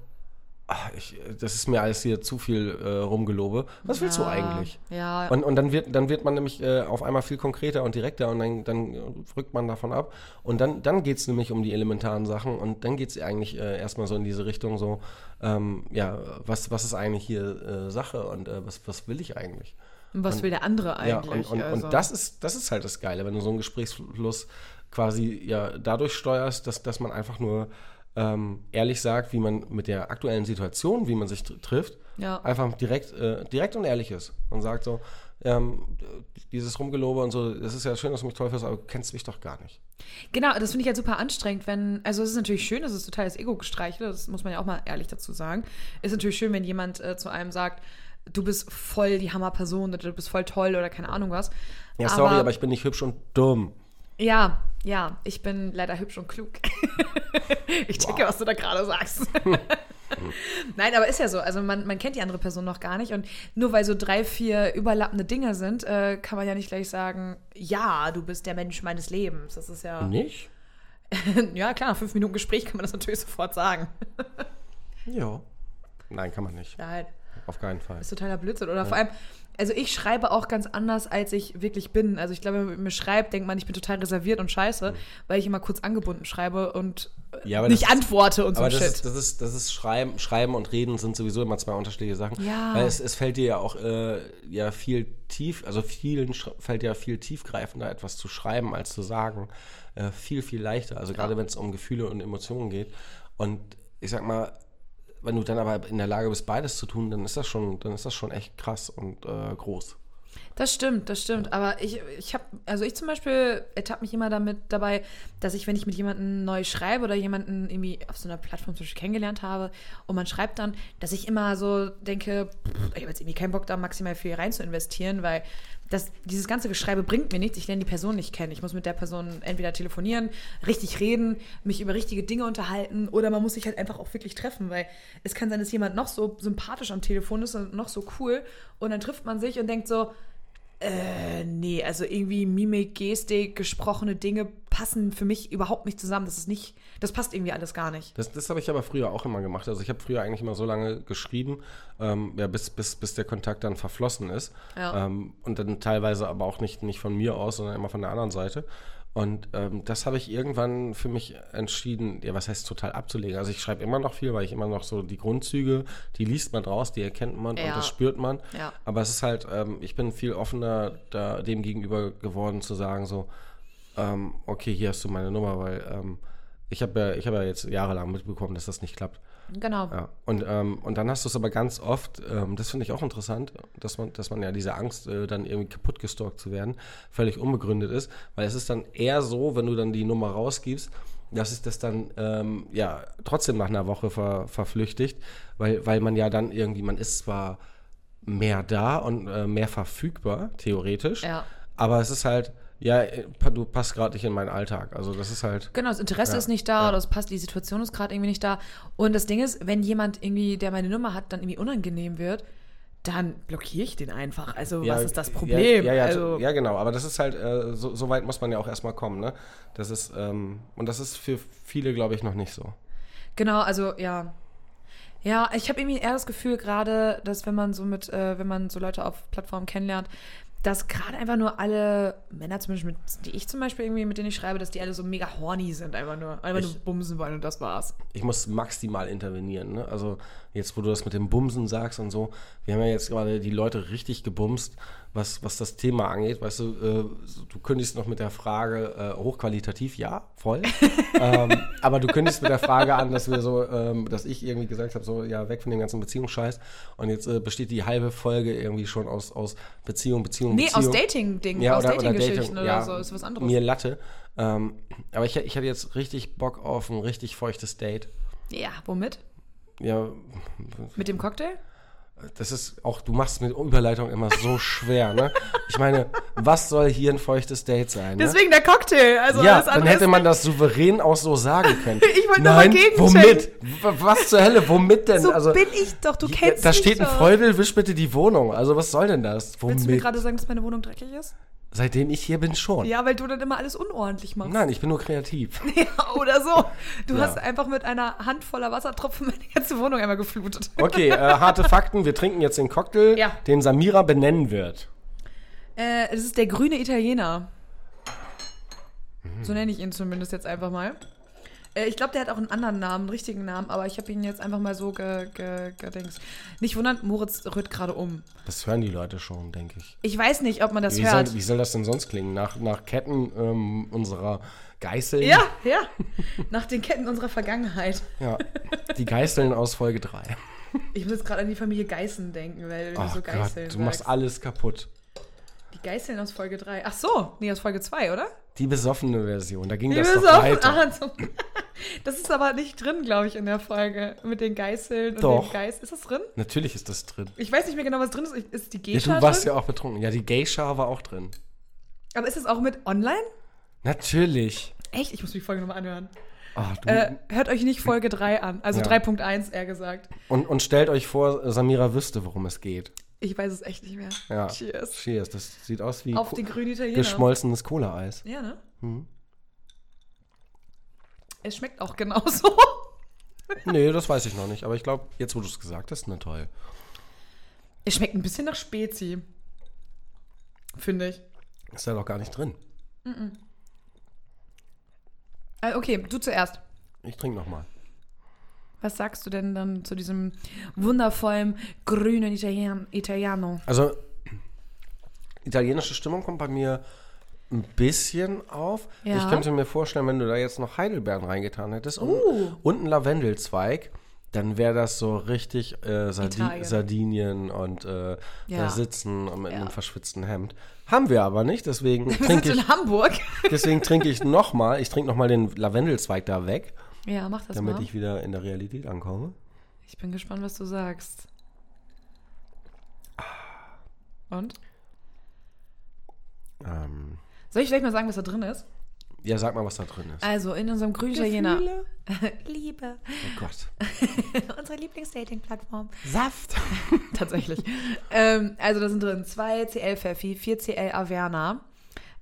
ach, ich, das ist mir alles hier zu viel äh, rumgelobe. Was willst du Ja, eigentlich? Ah, ja. Und, und dann, wird, dann wird man nämlich äh, auf einmal viel konkreter und direkter und dann, dann rückt man davon ab. Und dann, dann geht es nämlich um die elementaren Sachen und dann geht es eigentlich äh, erstmal so in diese Richtung so, ähm, ja, was, was ist eigentlich hier äh, Sache und äh, was, was will ich eigentlich? Und was will der andere Ja, eigentlich? und, und, also. und das, ist, das ist halt das Geile, wenn du so einen Gesprächsfluss quasi ja dadurch steuerst, dass, dass man einfach nur ähm, ehrlich sagt, wie man mit der aktuellen Situation, wie man sich tr trifft, Ja. einfach direkt, äh, direkt und ehrlich ist und sagt so, ähm, dieses Rumgelobe und so, das ist ja schön, dass du mich toll findest, aber du kennst mich doch gar nicht. Genau, das finde ich halt super anstrengend, wenn, also es ist natürlich schön, es ist totales Ego gestreichelt, das muss man ja auch mal ehrlich dazu sagen. Ist natürlich schön, wenn jemand äh, zu einem sagt, du bist voll die Hammerperson oder du bist voll toll oder keine Ahnung was. Ja, sorry, aber ich bin nicht hübsch und dumm. Ja, ja, ich bin leider hübsch und klug. [LAUGHS] ich checke, was du da gerade sagst. [LAUGHS] Nein, aber ist ja so. Also man, man kennt die andere Person noch gar nicht. Und nur weil so drei, vier überlappende Dinge sind, äh, kann man ja nicht gleich sagen, ja, du bist der Mensch meines Lebens. Das ist ja. Nicht? [LAUGHS] ja, klar, nach fünf Minuten Gespräch kann man das natürlich sofort sagen. Ja. Nein, kann man nicht. Nein, Auf keinen Fall. ist totaler Blödsinn. Oder vor allem, also ich schreibe auch ganz anders, als ich wirklich bin. Also ich glaube, wenn man mir schreibt, denkt man, ich bin total reserviert und scheiße, weil ich immer kurz angebunden schreibe und äh, Ja, aber nicht das ist- antworte und so Aber ein das Shit. ist, das ist, das ist Schreiben, Schreiben und Reden sind sowieso immer zwei unterschiedliche Sachen. Ja. Weil es, es fällt dir ja auch äh, ja viel tief, also vielen sch- fällt ja viel tiefgreifender etwas zu schreiben als zu sagen. Äh, viel, viel leichter. Also gerade wenn es um Gefühle und Emotionen geht. Und ich sag mal, wenn du dann aber in der Lage bist, beides zu tun, dann ist das schon, dann ist das schon echt krass und äh, groß. Das stimmt, das stimmt. Aber ich, ich habe, also ich zum Beispiel ertappe mich immer damit dabei, dass ich, wenn ich mit jemandem neu schreibe oder jemanden irgendwie auf so einer Plattform zum Beispiel kennengelernt habe und man schreibt dann, dass ich immer so denke, pff, ich habe jetzt irgendwie keinen Bock da maximal viel rein zu investieren, weil das, dieses ganze Geschreibe bringt mir nichts. Ich lerne die Person nicht kennen. Ich muss mit der Person entweder telefonieren, richtig reden, mich über richtige Dinge unterhalten oder man muss sich halt einfach auch wirklich treffen, weil es kann sein, dass jemand noch so sympathisch am Telefon ist und noch so cool und dann trifft man sich und denkt so, äh, nee, also irgendwie Mimik, Gestik, gesprochene Dinge passen für mich überhaupt nicht zusammen. Das ist nicht, das passt irgendwie alles gar nicht. Das, das habe ich aber früher auch immer gemacht. Also ich habe früher eigentlich immer so lange geschrieben, ähm, ja, bis, bis, bis der Kontakt dann verflossen ist. Ja. Ähm, und dann teilweise aber auch nicht, nicht von mir aus, sondern immer von der anderen Seite. Und ähm, das habe ich irgendwann für mich entschieden, ja, was heißt total abzulegen. Also ich schreibe immer noch viel, weil ich immer noch so die Grundzüge, die liest man raus, die erkennt man und Ja. das spürt man. Ja. Aber es ist halt, ähm, ich bin viel offener da, dem gegenüber geworden, zu sagen so, ähm, okay, hier hast du meine Nummer, weil ähm, ich habe ja, ich hab ja jetzt jahrelang mitbekommen, dass das nicht klappt. Genau. Ja. Und, ähm, und dann hast du es aber ganz oft, ähm, das finde ich auch interessant, dass man, dass man ja diese Angst, äh, dann irgendwie kaputt gestalkt zu werden, völlig unbegründet ist, weil es ist dann eher so, wenn du dann die Nummer rausgibst, dass es das dann ähm, ja trotzdem nach einer Woche ver, verflüchtigt, weil, weil man ja dann irgendwie, man ist zwar mehr da und äh, mehr verfügbar, theoretisch, Ja. aber es ist halt, ja, äh, du passt gerade nicht in meinen Alltag. Also das ist halt. Genau, das Interesse Ja, ist nicht da ja. oder es passt, die Situation ist gerade irgendwie nicht da. Und das Ding ist, wenn jemand irgendwie, der meine Nummer hat, dann irgendwie unangenehm wird, dann blockiere ich den einfach. Also, was ist das Problem? Ja, ja, ja, also, ja genau. Aber das ist halt, äh, so, so weit muss man ja auch erstmal kommen. Ne? Das ist, ähm, und das ist für viele, glaube ich, noch nicht so. Genau, also ja. Ja, ich habe irgendwie eher das Gefühl gerade, dass wenn man so mit, äh, wenn man so Leute auf Plattformen kennenlernt, dass gerade einfach nur alle Männer, zumindest mit, die ich zum Beispiel irgendwie, mit denen ich schreibe, dass die alle so mega horny sind, einfach nur, einfach nur Ich- bumsen wollen und das war's. Ich muss maximal intervenieren. Ne? Also jetzt, wo du das mit dem Bumsen sagst und so, wir haben ja jetzt gerade die Leute richtig gebumst, was, was das Thema angeht. Weißt du, äh, so, du kündigst noch mit der Frage, äh, hochqualitativ, ja, [LAUGHS] voll. ähm, aber du kündigst mit der Frage an, dass wir so, ähm, dass ich irgendwie gesagt habe, so, ja, weg von dem ganzen Beziehungsscheiß. Und jetzt äh, besteht die halbe Folge irgendwie schon aus, aus Beziehung, Beziehung, Nee, Beziehung. aus Dating-Ding, Ja, aus oder, oder Dating-Geschichten Dating, oder, ja, so, ist was anderes. Mir Latte. Ähm, aber ich, ich hatte jetzt richtig Bock auf ein richtig feuchtes Date. ja, womit? Ja, Mit dem Cocktail? das ist auch, du machst mit Überleitung immer so schwer, ne? Ich meine, was soll hier ein feuchtes Date sein? Ne? Deswegen der Cocktail, also ja, alles dann andere hätte ist man das souverän auch so sagen können. [LAUGHS] Ich wollte nur mal Nein, gegenchecken. womit? W- Was zur Hölle, womit denn? so also, bin ich doch, du kennst da mich steht ein doch. Feudel, wisch bitte die Wohnung. Also was soll denn das? Willst du mir Womit? gerade sagen, dass meine Wohnung dreckig ist? Seitdem ich hier bin schon. Ja, weil du dann immer alles unordentlich machst. Nein, ich bin nur [LAUGHS] kreativ. Ja, oder so. Du Ja. hast einfach mit einer Handvoller Wassertropfen meine ganze Wohnung einmal geflutet. Okay, äh, harte Fakten. Wir trinken jetzt den Cocktail, Ja. den Samira benennen wird. Äh, das ist der Mhm. grüne Italiener. So nenne ich ihn zumindest jetzt einfach mal. Äh, ich glaube, der hat auch einen anderen Namen, einen richtigen Namen, aber ich habe ihn jetzt einfach mal so ge, ge, gedings. Nicht wundern, Moritz rührt gerade um. Das hören die Leute schon, denke ich. Ich weiß nicht, ob man das Wie hört. soll, wie soll das denn sonst klingen? Nach, nach Ketten ähm, unserer Geißeln? ja, ja. [LAUGHS] Nach den Ketten unserer Vergangenheit. ja. Die Geißeln aus Folge 3. Ich muss jetzt gerade an die Familie Geißen denken, weil du Oh so Gott, Geißeln du machst sagst. alles kaputt. Die Geißeln aus Folge 3. Ach so, nee, aus Folge 2, oder? Die besoffene Version, da ging Die das doch besoffen- weiter. Ah, so. [LAUGHS] Das ist aber nicht drin, glaube ich, in der Folge. Mit den Geißeln und Doch. dem Geist. Ist das drin? Natürlich ist das drin. Ich weiß nicht mehr genau, was drin ist. Ist die Ja, Geisha du warst drin? ja auch betrunken. Ja, die Geisha war auch drin. Aber ist das auch mit online? Natürlich. Echt? Ich muss die Folge nochmal anhören. Ah, du, Äh, hört euch nicht Folge 3 an. Also Ja. 3.1 eher gesagt. und, und stellt euch vor, Samira wüsste, worum es geht. Ich weiß es echt nicht mehr. Ja. Cheers. Cheers. Das sieht aus wie Auf ko- den grünen Italiener. geschmolzenes Cola-Eis. Ja, ne? Mhm. Es schmeckt auch genauso. [LAUGHS] Nee, das weiß ich noch nicht. Aber ich glaube, jetzt, wo du es gesagt hast, na toll. Es schmeckt ein bisschen nach Spezi. Finde ich. Ist ja doch gar nicht drin. Äh, okay, du zuerst. Ich trinke nochmal. Was sagst du denn dann zu diesem wundervollen grünen Italien Italiano? Also, italienische Stimmung kommt bei mir ein bisschen auf. Ja. Ich könnte mir vorstellen, wenn du da jetzt noch Heidelbeeren reingetan hättest und, Uh. und einen Lavendelzweig, dann wäre das so richtig äh, Sardi Italien. Sardinien und äh, Ja. da sitzen und mit Ja. einem verschwitzten Hemd. Haben wir aber nicht, [LAUGHS] deswegen Wir sind trinke ich, in Hamburg. deswegen trinke ich nochmal. Ich trinke nochmal den Lavendelzweig da weg, Ja, mach das damit mal. ich wieder in der Realität ankomme. Ich bin gespannt, was du sagst. Ah. Und? Ähm, Soll ich vielleicht mal sagen, was da drin ist? ja, sag mal, was da drin ist. Also, in unserem grünen Italiener. Gefühle? Liebe. Oh Gott. Unsere Lieblingsdating-Plattform. Saft. [LAUGHS] Tatsächlich. ähm, also, da sind drin 2 CL Pfeffi, 4 CL Averna,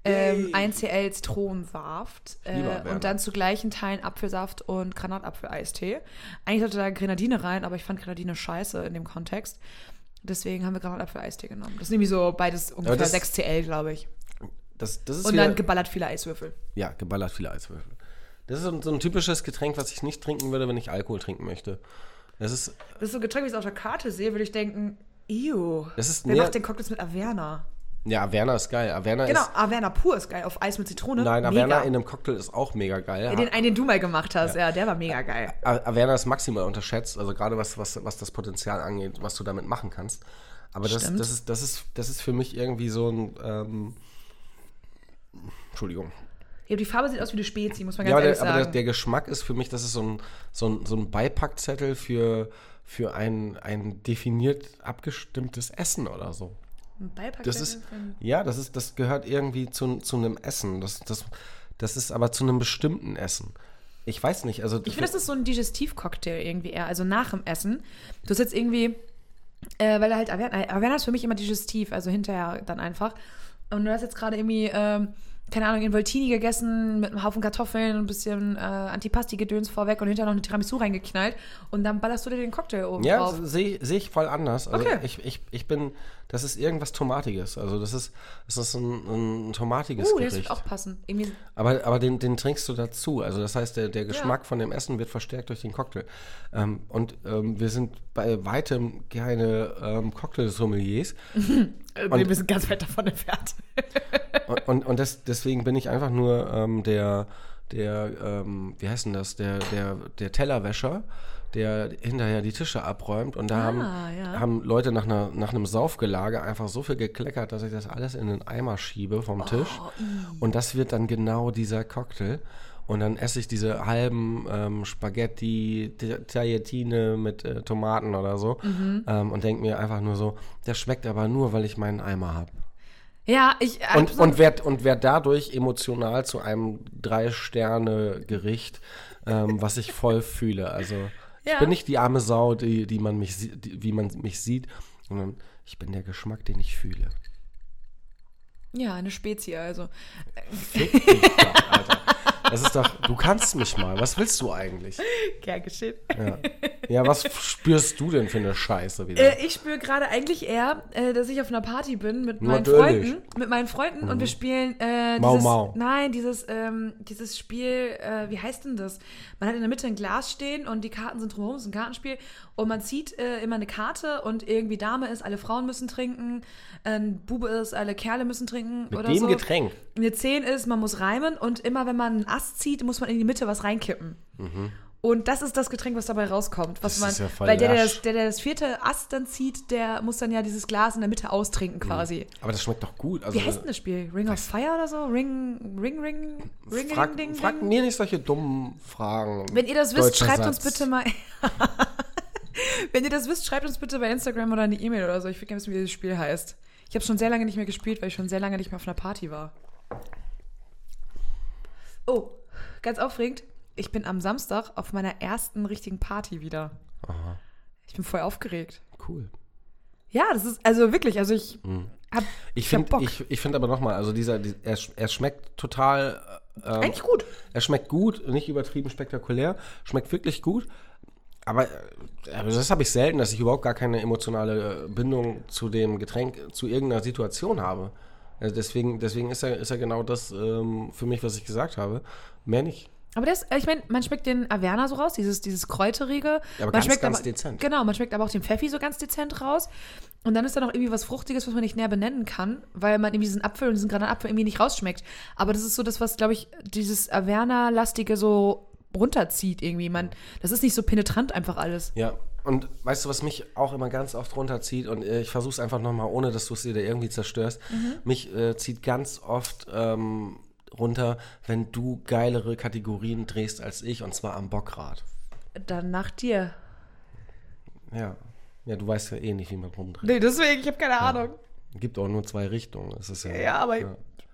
ähm, 1 CL Zitronensaft Lieber äh, Averna. und dann zu gleichen Teilen Apfelsaft und Granatapfel-Eistee. Eigentlich sollte da Grenadine rein, aber ich fand Grenadine scheiße in dem Kontext. Deswegen haben wir Granatapfel-Eistee genommen. Das ist nämlich so beides ungefähr das- 6 CL, glaube ich. Das, das ist Und wieder, dann geballert viele Eiswürfel. Ja, geballert viele Eiswürfel. Das ist so ein, so ein typisches Getränk, was ich nicht trinken würde, wenn ich Alkohol trinken möchte. Das ist, Das ist so ein Getränk, wie ich es auf der Karte sehe, würde ich denken, ew. Das ist Wer näher- macht den Cocktails mit Averna? ja, Averna ist geil. Averna Genau, ist, Averna pur ist geil. Auf Eis mit Zitrone. nein, mega. Averna in einem Cocktail ist auch mega geil. Ja, Den einen, den du mal gemacht hast, ja, der war mega geil. A- Averna ist maximal unterschätzt, also gerade was, was, was das Potenzial angeht, was du damit machen kannst. Aber das, Stimmt. das, ist, das, ist, das ist für mich irgendwie so ein, ähm, Entschuldigung, Ja, die Farbe sieht aus wie eine Spezi, muss man Ja, ganz aber, ehrlich der, aber der, sagen. der Geschmack ist für mich, das ist so ein, so ein, so ein Beipackzettel für, für ein, ein definiert abgestimmtes Essen oder so. Ein Beipackzettel Das ist, von- ja, das ist, das gehört irgendwie zu, zu einem Essen. Das, das, das ist aber zu einem bestimmten Essen. Ich weiß nicht, also Ich finde, das ist so ein Digestivcocktail irgendwie eher, also nach dem Essen. Du hast jetzt irgendwie, äh, weil er halt Averna, Averna ist für mich immer digestiv, also hinterher dann einfach. Und du hast jetzt gerade irgendwie, ähm, keine Ahnung, in Voltini gegessen mit einem Haufen Kartoffeln und ein bisschen äh, Antipasti-Gedöns vorweg und hinterher noch eine Tiramisu reingeknallt und dann ballerst du dir den Cocktail oben ja, drauf. sehe seh ich voll anders. Also Okay. ich, ich, ich bin, das ist irgendwas Tomatiges. Also das ist, das ist ein, ein tomatiges Uh, das Gericht. wird auch passen. Irgendwie, Aber, aber den, den trinkst du dazu. Also das heißt, der, der Geschmack von dem Essen wird verstärkt durch den Cocktail. Ähm, und ähm, wir sind bei weitem keine ähm, Cocktailsommeliers. Und- wir sind ganz weit davon entfernt. und und, und das, deswegen bin ich einfach nur ähm, der, der ähm, wie heißt denn das, der, der, der Tellerwäscher, der hinterher die Tische abräumt. Und da haben, ja. haben Leute nach, einer, nach einem Saufgelage einfach so viel gekleckert, dass ich das alles in den Eimer schiebe vom Tisch. Und das wird dann genau dieser Cocktail. Und dann esse ich diese halben ähm, Spaghetti, T- Tagliatine mit äh, Tomaten oder so ähm, und denke mir einfach nur so, das schmeckt aber nur, weil ich meinen Eimer habe. Ja, ich. Und, und, wer, und wer dadurch emotional zu einem Drei-Sterne-Gericht, ähm, was ich [LAUGHS] voll fühle. Also ich Ja. bin nicht die arme Sau, die, die man mich sie- die, wie man mich sieht, sondern ich bin der Geschmack, den ich fühle. ja, eine Spezie, also. [LAUGHS] Fick dich doch, Alter. Es ist doch, du kannst mich mal. Was willst du eigentlich? Gern geschehen. Ja, ja [LAUGHS] was spürst du denn für eine Scheiße wieder? Äh, ich spüre gerade eigentlich eher, äh, dass ich auf einer Party bin mit meinen Natürlich. Mhm. Freunden. Mit meinen Freunden und wir spielen äh, dieses, Mau Mau. Nein, dieses, ähm, dieses Spiel, äh, wie heißt denn das? Man hat in der Mitte ein Glas stehen und die Karten sind drumherum, es ist ein Kartenspiel. Und man zieht äh, immer eine Karte und irgendwie Dame ist, alle Frauen müssen trinken, ein Bube ist, alle Kerle müssen trinken. Mit oder dem so. Getränk. Eine 10 ist, man muss reimen und immer wenn man einen Ast zieht, muss man in die Mitte was reinkippen. Und das ist das Getränk, was dabei rauskommt. Was Das man, ist ja voll weil der der, lasch. das, der, der das vierte Ast dann zieht, der muss dann ja dieses Glas in der Mitte austrinken quasi. Aber das schmeckt doch gut. Mhm. Also, Wie heißt denn das Spiel? Ring of Fire oder so? Ring, Ring, Ring, Ring, frag, Ring, Ding, frag Ding? mir nicht solche dummen Fragen. Wenn ihr das wisst, Deutscher schreibt uns Satz. bitte mal... [LAUGHS] Wenn ihr das wisst, schreibt uns bitte bei Instagram oder eine E-Mail oder so. Ich will gerne wissen, wie dieses Spiel heißt. Ich habe schon sehr lange nicht mehr gespielt, weil ich schon sehr lange nicht mehr auf einer Party war. Oh, ganz aufregend. Ich bin am Samstag auf meiner ersten richtigen Party wieder. Ich bin voll aufgeregt. Cool. Ja, das ist also wirklich, also ich hab, Mhm. Ich hab finde Bock. ich, ich find aber nochmal, also dieser, die, er, sch- er schmeckt total, äh, eigentlich gut. er schmeckt gut, nicht übertrieben spektakulär, schmeckt wirklich gut, aber äh, aber das habe ich selten, dass ich überhaupt gar keine emotionale äh, Bindung zu dem Getränk, äh, zu irgendeiner Situation habe. Also deswegen deswegen ist, er, ist er genau das ähm, für mich, was ich gesagt habe. Mehr nicht. Aber das, ich meine, man schmeckt den Averna so raus, dieses, dieses Kräuterige. Ja, aber man ganz, schmeckt ganz aber, dezent. Genau, man schmeckt aber auch den Pfeffi so ganz dezent raus. Und dann ist da noch irgendwie was Fruchtiges, was man nicht näher benennen kann, weil man irgendwie diesen Apfel und diesen Granatapfel irgendwie nicht rausschmeckt. Aber das ist so das, was, glaube ich, dieses Averna-lastige so runterzieht irgendwie. Man, das ist nicht so penetrant einfach alles. Ja, und weißt du, was mich auch immer ganz oft runterzieht und äh, ich versuche es einfach nochmal, ohne dass du es dir da irgendwie zerstörst, Mhm. mich äh, zieht ganz oft ähm, runter, wenn du geilere Kategorien drehst als ich und zwar am Bockrad. Dann nach dir. Ja, ja du weißt ja eh nicht, wie man rumdreht. Nee, deswegen, ich habe keine Ahnung. Gibt auch nur zwei Richtungen. Das ist ja, Ja, aber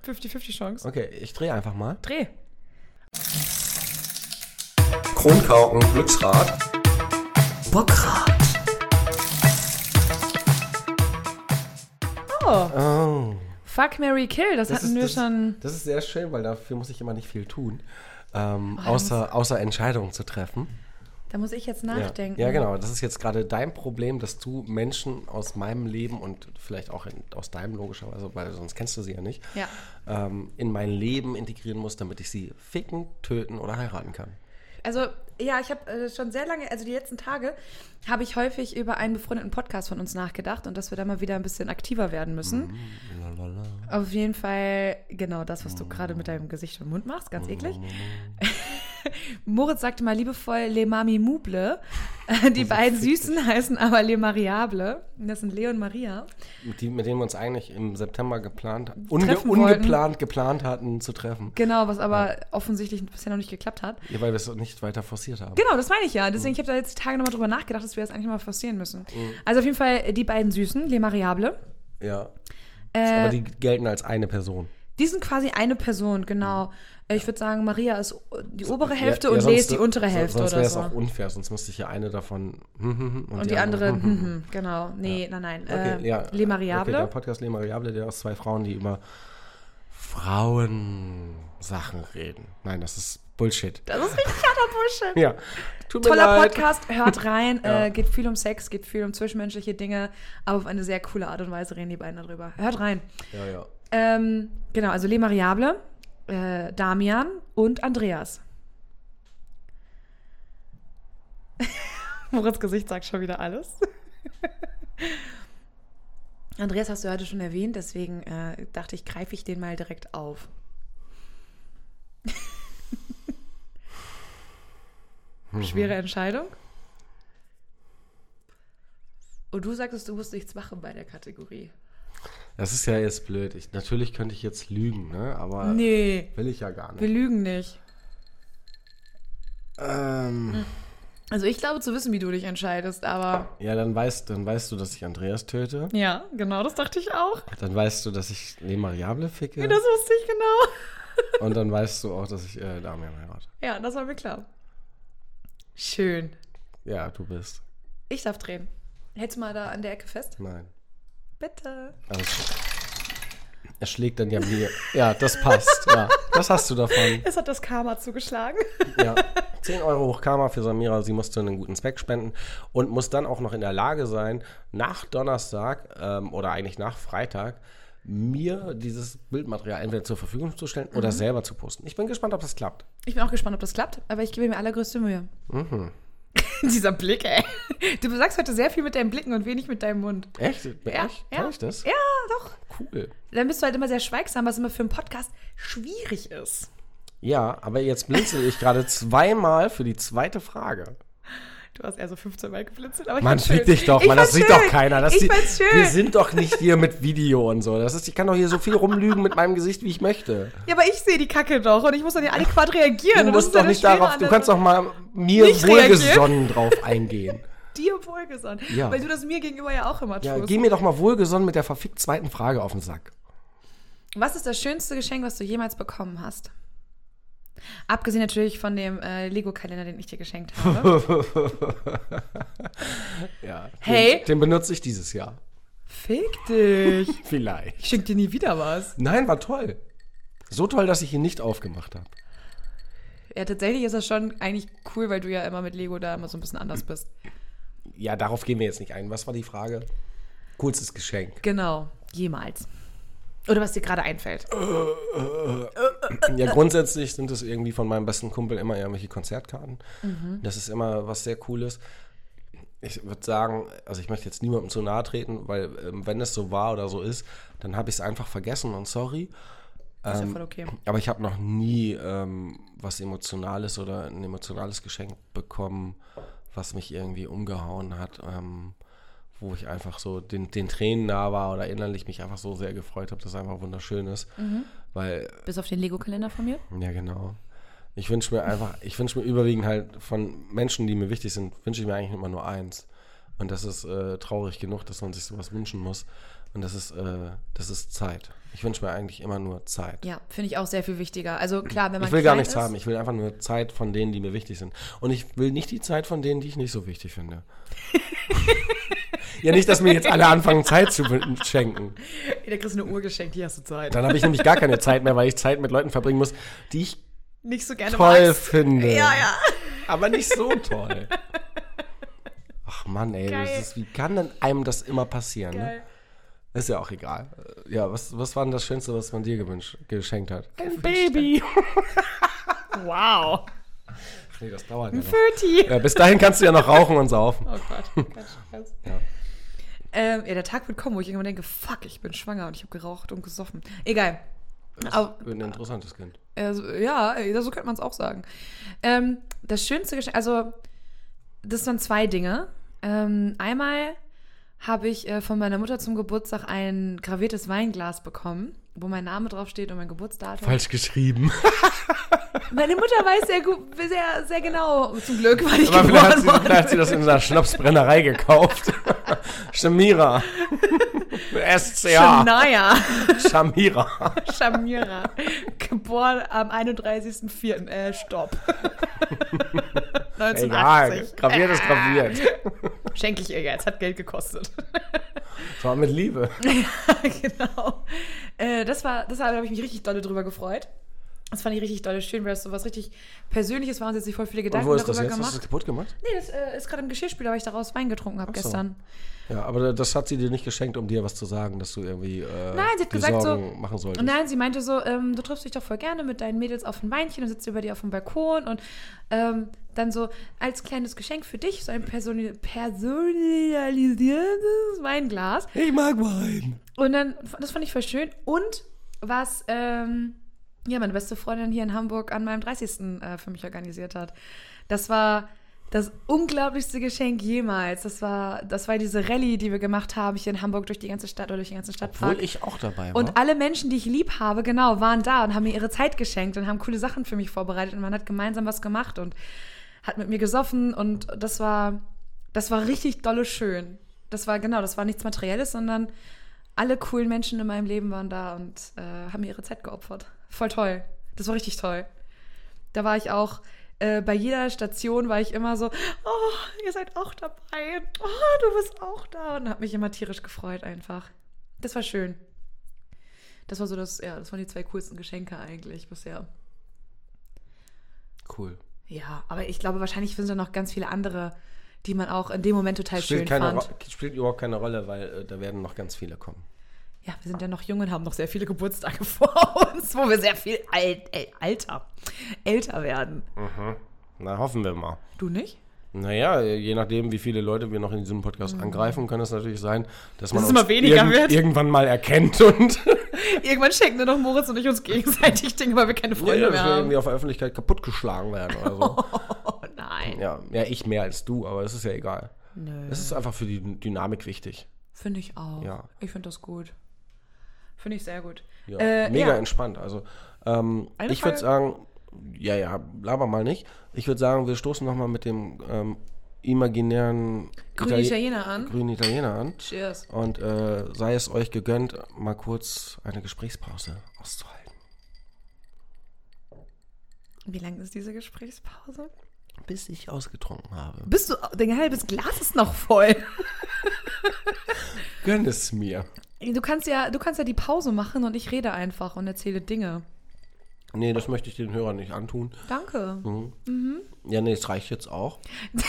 50-50 Chance. Okay, ich drehe einfach mal. Dreh. Kronkauken, Glücksrad. Bockrad. Oh. Oh. Fuck Mary Kill, das, hatten wir das, schon. Das ist sehr schön, weil dafür muss ich immer nicht viel tun. Oh, Ähm, außer, außer Entscheidungen zu treffen. Da muss ich jetzt Ja. nachdenken. Ja, genau. Das ist jetzt gerade dein Problem, dass du Menschen aus meinem Leben und vielleicht auch in, aus deinem logischerweise, weil sonst kennst du sie ja nicht, Ja. ähm, in mein Leben integrieren musst, damit ich sie ficken, töten oder heiraten kann. Also, ja, ich habe äh, schon sehr lange, also die letzten Tage, habe ich häufig über einen befreundeten Podcast von uns nachgedacht und dass wir da mal wieder ein bisschen aktiver werden müssen. Mhm. Auf jeden Fall, genau das, was du gerade mit deinem Gesicht und Mund machst, ganz eklig. [LAUGHS] Moritz sagte mal liebevoll Le Mami Mouble. [LAUGHS] Die beiden Süßen heißen aber Le Mariable. Und Das sind Leo und Maria. Mit, die, mit denen wir uns eigentlich im September geplant, unge, Treffen wollten. ungeplant geplant hatten zu treffen. Genau, was aber offensichtlich bisher noch nicht geklappt hat. Ja, weil wir es nicht weiter forciert haben. Genau, das meine ich ja. Deswegen, ich habe da jetzt die Tage nochmal drüber nachgedacht, dass wir das eigentlich mal forcieren müssen. Also auf jeden Fall die beiden Süßen, Le Mariable. Ja. Äh, Aber die gelten als eine Person. die sind quasi eine Person, genau. Äh, Ich würde sagen, Maria ist o- die obere Ja, Hälfte ja, und Le sonst- ist die untere so- Hälfte sonst oder wär's so. auch unfair, sonst müsste ich ja eine davon [LAUGHS] hm, hm, hm, und die andere, hm, hm, genau. Nee, nein, nein. Okay, äh, ja. Le Okay, der Mariable. Podcast Le Mariable, der aus zwei Frauen, die über Frauensachen reden. Nein, das ist Bullshit. [LAUGHS] das ist richtig harter Bullshit. Ja. Tut mir Toller leid. [LAUGHS] Podcast, hört rein. äh, geht viel um Sex, geht viel um zwischenmenschliche Dinge, aber auf eine sehr coole Art und Weise reden die beiden darüber. Hört rein. Ja, ja. Ähm, genau, also Le Mariable, äh, Damian und Andreas. [LAUGHS] Moritz Gesicht sagt schon wieder alles. [LAUGHS] Andreas hast du heute schon erwähnt, deswegen äh, dachte ich, greife ich den mal direkt auf. Schwere Entscheidung. Und du sagtest, du musst nichts machen bei der Kategorie. Das ist ja jetzt blöd. Ich, natürlich könnte ich jetzt lügen, ne? aber Nee, will ich ja gar wir nicht. lügen nicht. Ähm, Also ich glaube zu wissen, wie du dich entscheidest, aber ja, dann weißt, dann weißt du, dass ich Andreas töte. ja, genau, das dachte ich auch. Dann weißt du, dass ich Le Mariable ficke. Das wusste ich genau. Und dann weißt du auch, dass ich äh, Damian heirate. Ja, das war mir klar. Schön. Ja, du bist. Ich darf drehen. Hältst du mal da an der Ecke fest? Nein. Bitte. Alles gut. Also, Er schlägt dann ja mir. Ja, das passt. Ja, das hast du davon. Es hat das Karma zugeschlagen. Ja. 10 Euro hoch Karma für Samira. Sie musste einen guten Zweck spenden und muss dann auch noch in der Lage sein, nach Donnerstag ähm, oder eigentlich nach Freitag mir dieses Bildmaterial entweder zur Verfügung zu stellen oder selber zu posten. Ich bin gespannt, ob das klappt. Ich bin auch gespannt, ob das klappt, aber ich gebe mir allergrößte Mühe. Mhm. [LAUGHS] Dieser Blick, ey. Du sagst heute sehr viel mit deinen Blicken und wenig mit deinem Mund. Echt? Echt? Kann ich das? Ja, doch. Cool. Dann bist du halt immer sehr schweigsam, was immer für einen Podcast schwierig ist. Ja, aber jetzt blinzel ich gerade zweimal für die zweite Frage. Du hast eher so 15 Mal geflitzelt, aber ich Man fand's schön. sieht dich doch, Ich man, das fand's sieht doch schön. keiner. Das ich sieht, fand's schön. Wir sind doch nicht hier mit Video und so. Das ist, ich kann doch hier so viel rumlügen mit meinem Gesicht, wie ich möchte. ja, aber ich sehe die Kacke doch und ich muss dann ja adäquat reagieren. Du und das musst ist doch ja das nicht Schwere darauf, du an der kannst Sache. doch mal mir Nicht wohlgesonnen drauf eingehen. dir wohlgesonnen. Ja. Weil du das mir gegenüber ja auch immer Ja, tust. geh mir doch mal wohlgesonnen mit der verfickt zweiten Frage auf den Sack. was ist das schönste Geschenk, was du jemals bekommen hast? Abgesehen natürlich von dem äh, Lego-Kalender, den ich dir geschenkt [LAUGHS] habe. Ja. Hey. Den, den benutze ich dieses Jahr. Fick dich. Vielleicht. Ich schenk dir nie wieder was. Nein, war toll. So toll, dass ich ihn nicht aufgemacht habe. Ja, tatsächlich ist das schon eigentlich cool, weil du ja immer mit Lego da immer so ein bisschen anders bist. Ja, darauf gehen wir jetzt nicht ein. Was war die Frage? Coolstes Geschenk. Genau. Jemals. Oder was dir gerade einfällt. Ja, grundsätzlich sind es irgendwie von meinem besten Kumpel immer irgendwelche Konzertkarten. Das ist immer was sehr Cooles. Ich würde sagen, also ich möchte jetzt niemandem zu nahe treten, weil ähm, wenn es so war oder so ist, dann habe ich es einfach vergessen und sorry. Ist Ähm, ja voll okay. Aber ich habe noch nie ähm, was Emotionales oder ein emotionales Geschenk bekommen, was mich irgendwie umgehauen hat, ähm, wo ich einfach so den, den Tränen nah war oder innerlich mich einfach so sehr gefreut habe, dass es einfach wunderschön ist. Weil Bis auf den Lego-Kalender von mir. ja, genau. Ich wünsche mir einfach, ich wünsche mir überwiegend halt von Menschen, die mir wichtig sind, wünsche ich mir eigentlich immer nur eins. Und das ist äh, traurig genug, dass man sich sowas wünschen muss. Und das ist, äh, das ist Zeit. Ich wünsche mir eigentlich immer nur Zeit. Ja, finde ich auch sehr viel wichtiger. Also klar, wenn man ich will gar klein nichts ist, haben. Ich will einfach nur Zeit von denen, die mir wichtig sind. Und ich will nicht die Zeit von denen, die ich nicht so wichtig [LAUGHS] finde. ja, nicht, dass mir jetzt alle anfangen, Zeit zu wün- schenken. Da kriegst du eine Uhr geschenkt, die hast du Zeit. Dann habe ich nämlich gar keine Zeit mehr, weil ich Zeit mit Leuten verbringen muss, die ich Nicht so gerne toll magst. finde. Ja, ja. Aber nicht so [LAUGHS] toll. Ach Mann, ey, Geil. das ist, wie kann denn einem das immer passieren? Ne? Geil. Ist ja auch egal. Ja, was, was war denn das Schönste, was man dir gewünscht, geschenkt hat? Ein Baby. wow. Ach nee, das dauert ja noch. Pöti. Ja, bis dahin kannst du ja noch rauchen und saufen. Oh Gott, kein Spaß. Ja. Ähm, ja, der Tag wird kommen, wo ich irgendwann denke, fuck, ich bin schwanger und ich habe geraucht und gesoffen. Egal. Aber, Wird ein interessantes Kind. also, ja, äh, so könnte man es auch sagen. Ähm, das schönste Geschenk, also das waren zwei Dinge. Ähm, einmal habe ich äh, von meiner Mutter zum Geburtstag ein graviertes Weinglas bekommen, wo mein Name draufsteht und mein Geburtsdatum. Falsch [LAUGHS] geschrieben. Meine Mutter [LAUGHS] weiß sehr gut, sehr, sehr genau, zum Glück, weil ich Aber vielleicht hat, geboren sie, vielleicht hat sie wurde. das in einer Schnapsbrennerei gekauft. [LAUGHS] Shamira. SCA. Shania. [LAUGHS] Shamira. Shamira. Geboren am 31.04. [LAUGHS] Äh, stopp. [LAUGHS] 1980. Egal. Graviert Äh. ist graviert. Schenke ich ihr jetzt, hat Geld gekostet. Das war mit Liebe. [LAUGHS] genau. Äh, das war, das war- da habe ich mich richtig dolle drüber gefreut. Das fand ich richtig dolle schön, weil das so was richtig Persönliches war und sie hat sich voll viele Und Gedanken wo ist das darüber jetzt? Hast du gemacht. das kaputt gemacht? Nee, das äh, ist gerade im Geschirrspüler, weil ich daraus Wein getrunken habe Ach so. gestern. Ja, aber das hat sie dir nicht geschenkt, um dir was zu sagen, dass du irgendwie äh, Nein, sie hat dir gesagt Sorgen so. machen solltest. Und nein, sie meinte so, ähm, du triffst dich doch voll gerne mit deinen Mädels auf ein Weinchen und sitzt über dir auf dem Balkon und ähm, dann so als kleines Geschenk für dich so ein personi- personalisiertes Weinglas. Ich mag Wein. Und dann, das fand ich voll schön. Und was ähm, ja, meine beste Freundin hier in Hamburg an meinem 30. Äh, für mich organisiert hat. Das war das unglaublichste Geschenk jemals. Das war, das war diese Rallye, die wir gemacht haben hier in Hamburg durch die ganze Stadt oder durch den ganzen Stadtpark. Obwohl ich auch dabei war. Und alle Menschen, die ich lieb habe, genau, waren da und haben mir ihre Zeit geschenkt und haben coole Sachen für mich vorbereitet und man hat gemeinsam was gemacht und hat mit mir gesoffen und das war, das war richtig dolle schön. Das war, genau, das war nichts Materielles, sondern alle coolen Menschen in meinem Leben waren da und äh, haben mir ihre Zeit geopfert. Voll toll. Das war richtig toll. Da war ich auch, äh, bei jeder Station war ich immer so, oh, ihr seid auch dabei. Oh, du bist auch da. Und habe mich immer tierisch gefreut einfach. Das war schön. Das war so das, ja, das waren die zwei coolsten Geschenke eigentlich bisher. Cool. Ja, aber ich glaube, wahrscheinlich sind da noch ganz viele andere, die man auch in dem Moment total Spielt, schön keine fand. Ro- spielt überhaupt keine Rolle, weil äh, da werden noch ganz viele kommen. Ja, wir sind ja noch jung und haben noch sehr viele Geburtstage [LAUGHS] vor uns, wo wir sehr viel alt, äl- alter, älter werden. Na, hoffen wir mal. Du nicht? Naja, je nachdem, wie viele Leute wir noch in diesem Podcast angreifen, kann es natürlich sein, dass man Mhm. es immer uns weniger wird. irgendwann mal erkennt [LAUGHS] und Irgendwann schenken nur noch Moritz und ich uns gegenseitig Dinge, weil wir keine ja, [LAUGHS] Freunde dass wir mehr haben. irgendwie auf der Öffentlichkeit kaputtgeschlagen werden oder so. [LAUGHS] Oh nein. ja, ja, ich mehr als du, aber es ist ja egal. Nö. Es ist einfach für die Dynamik wichtig. Finde ich auch. Ja. Ich finde das gut. Finde ich sehr gut. Ja, Äh, mega ja. entspannt. Also ähm, Eine ich würde Frage- sagen, ja, ja, laber mal nicht. Ich würde sagen, wir stoßen nochmal mit dem ähm, imaginären Grüne Itali- Italiener an. grünen Italiener an. Cheers. Und äh, sei es euch gegönnt, mal kurz eine Gesprächspause auszuhalten. Wie lang ist diese Gesprächspause? Bis ich ausgetrunken habe. Bist du, dein halbes Glas ist noch voll. Gönn es mir. Du kannst ja, du kannst ja die Pause machen und ich rede einfach und erzähle Dinge. Nee, das möchte ich den Hörern nicht antun. Danke. Ja, nee, es reicht jetzt auch.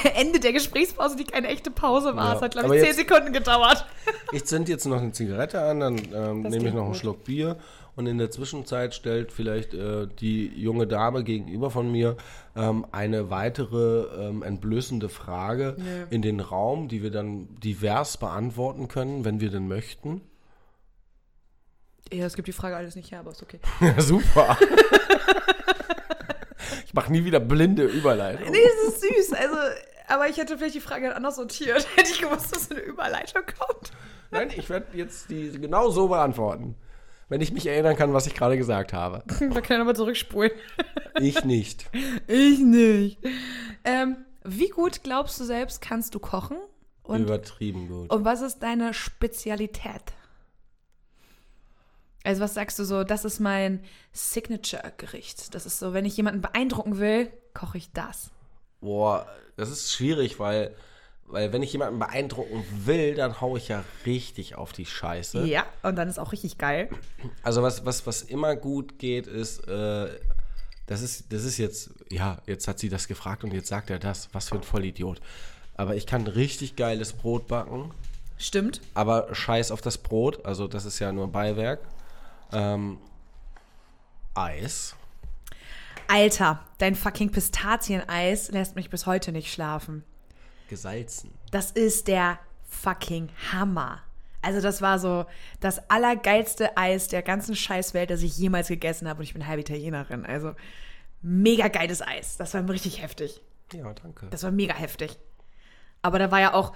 Der Ende der Gesprächspause, die keine echte Pause war. Ja, Das hat, glaube aber ich, zehn jetzt- Sekunden gedauert. Ich zünd jetzt noch eine Zigarette an, dann ähm, Das nehme ich klingt noch einen gut. Schluck Bier und in der Zwischenzeit stellt vielleicht äh, die junge Dame gegenüber von mir ähm, eine weitere ähm, entblößende Frage in den Raum, die wir dann divers beantworten können, wenn wir denn möchten. Ja, es gibt die Frage alles nicht her, aber ist okay. [LAUGHS] Ja, super. ich mache nie wieder blinde Überleitung. [LAUGHS] Nee, es ist süß. Also, aber ich hätte vielleicht die Frage anders sortiert. [LAUGHS] Hätte ich gewusst, dass eine Überleitung kommt. Nein, ich werde jetzt die genau so beantworten. Wenn ich mich erinnern kann, was ich gerade gesagt habe. Wir können aber zurückspulen. Ich nicht. Ich nicht. Ähm, wie gut glaubst du selbst, kannst du kochen? Und, Übertrieben gut. und was ist deine Spezialität? Also, was sagst du so? Das ist mein Signature-Gericht. Das ist so, wenn ich jemanden beeindrucken will, koche ich das. Boah, das ist schwierig, weil, weil wenn ich jemanden beeindrucken will, dann hau ich ja richtig auf die Scheiße. Ja, und dann ist auch richtig geil. Also was, was, was immer gut geht, ist, äh, das ist, das ist jetzt, ja, jetzt hat sie das gefragt und jetzt sagt er das. Was für ein Vollidiot. Aber ich kann richtig geiles Brot backen, Stimmt. aber scheiß auf das Brot, also das ist ja nur Beiwerk. Ähm, Eis. Alter, dein fucking Pistazieneis lässt mich bis heute nicht schlafen. Gesalzen. Das ist der fucking Hammer. Also das war so das allergeilste Eis der ganzen Scheißwelt, das ich jemals gegessen habe. Und ich bin halb Italienerin. Also mega geiles Eis. Das war richtig heftig. Ja, danke. Das war mega heftig. Aber da war ja auch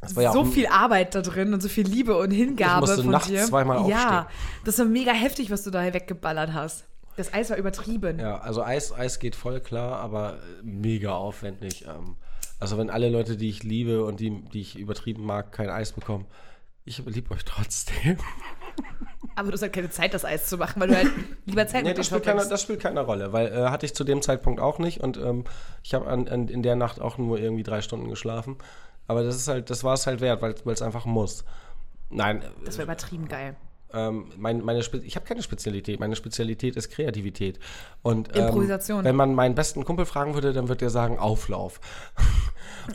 Das war ja so auch- viel Arbeit da drin und so viel Liebe und Hingabe Ich musste von nachts dir. zweimal ja, aufstehen. das war mega heftig, was du da weggeballert hast. Das Eis war übertrieben. Ja, also Eis, Eis geht voll klar, aber äh, mega aufwendig. Ähm, also wenn alle Leute, die ich liebe und die, die ich übertrieben mag, kein Eis bekommen, ich liebe euch [LAUGHS] trotzdem. Aber du hast halt keine Zeit, das Eis zu machen, [LAUGHS] weil du halt lieber Zeit Nee, mit dir das, spielt keine, verbringst. das spielt keine Rolle, weil äh, hatte ich zu dem Zeitpunkt auch nicht und ähm, ich habe an, an, in der Nacht auch nur irgendwie drei Stunden geschlafen. Aber das ist halt, das war es halt wert, weil es einfach muss. Nein, äh, Das war übertrieben geil. ähm, mein, meine Spe ich habe keine Spezialität. Meine Spezialität ist Kreativität. Und, ähm, Improvisation. Wenn man meinen besten Kumpel fragen würde, dann würde er sagen Auflauf. [LAUGHS]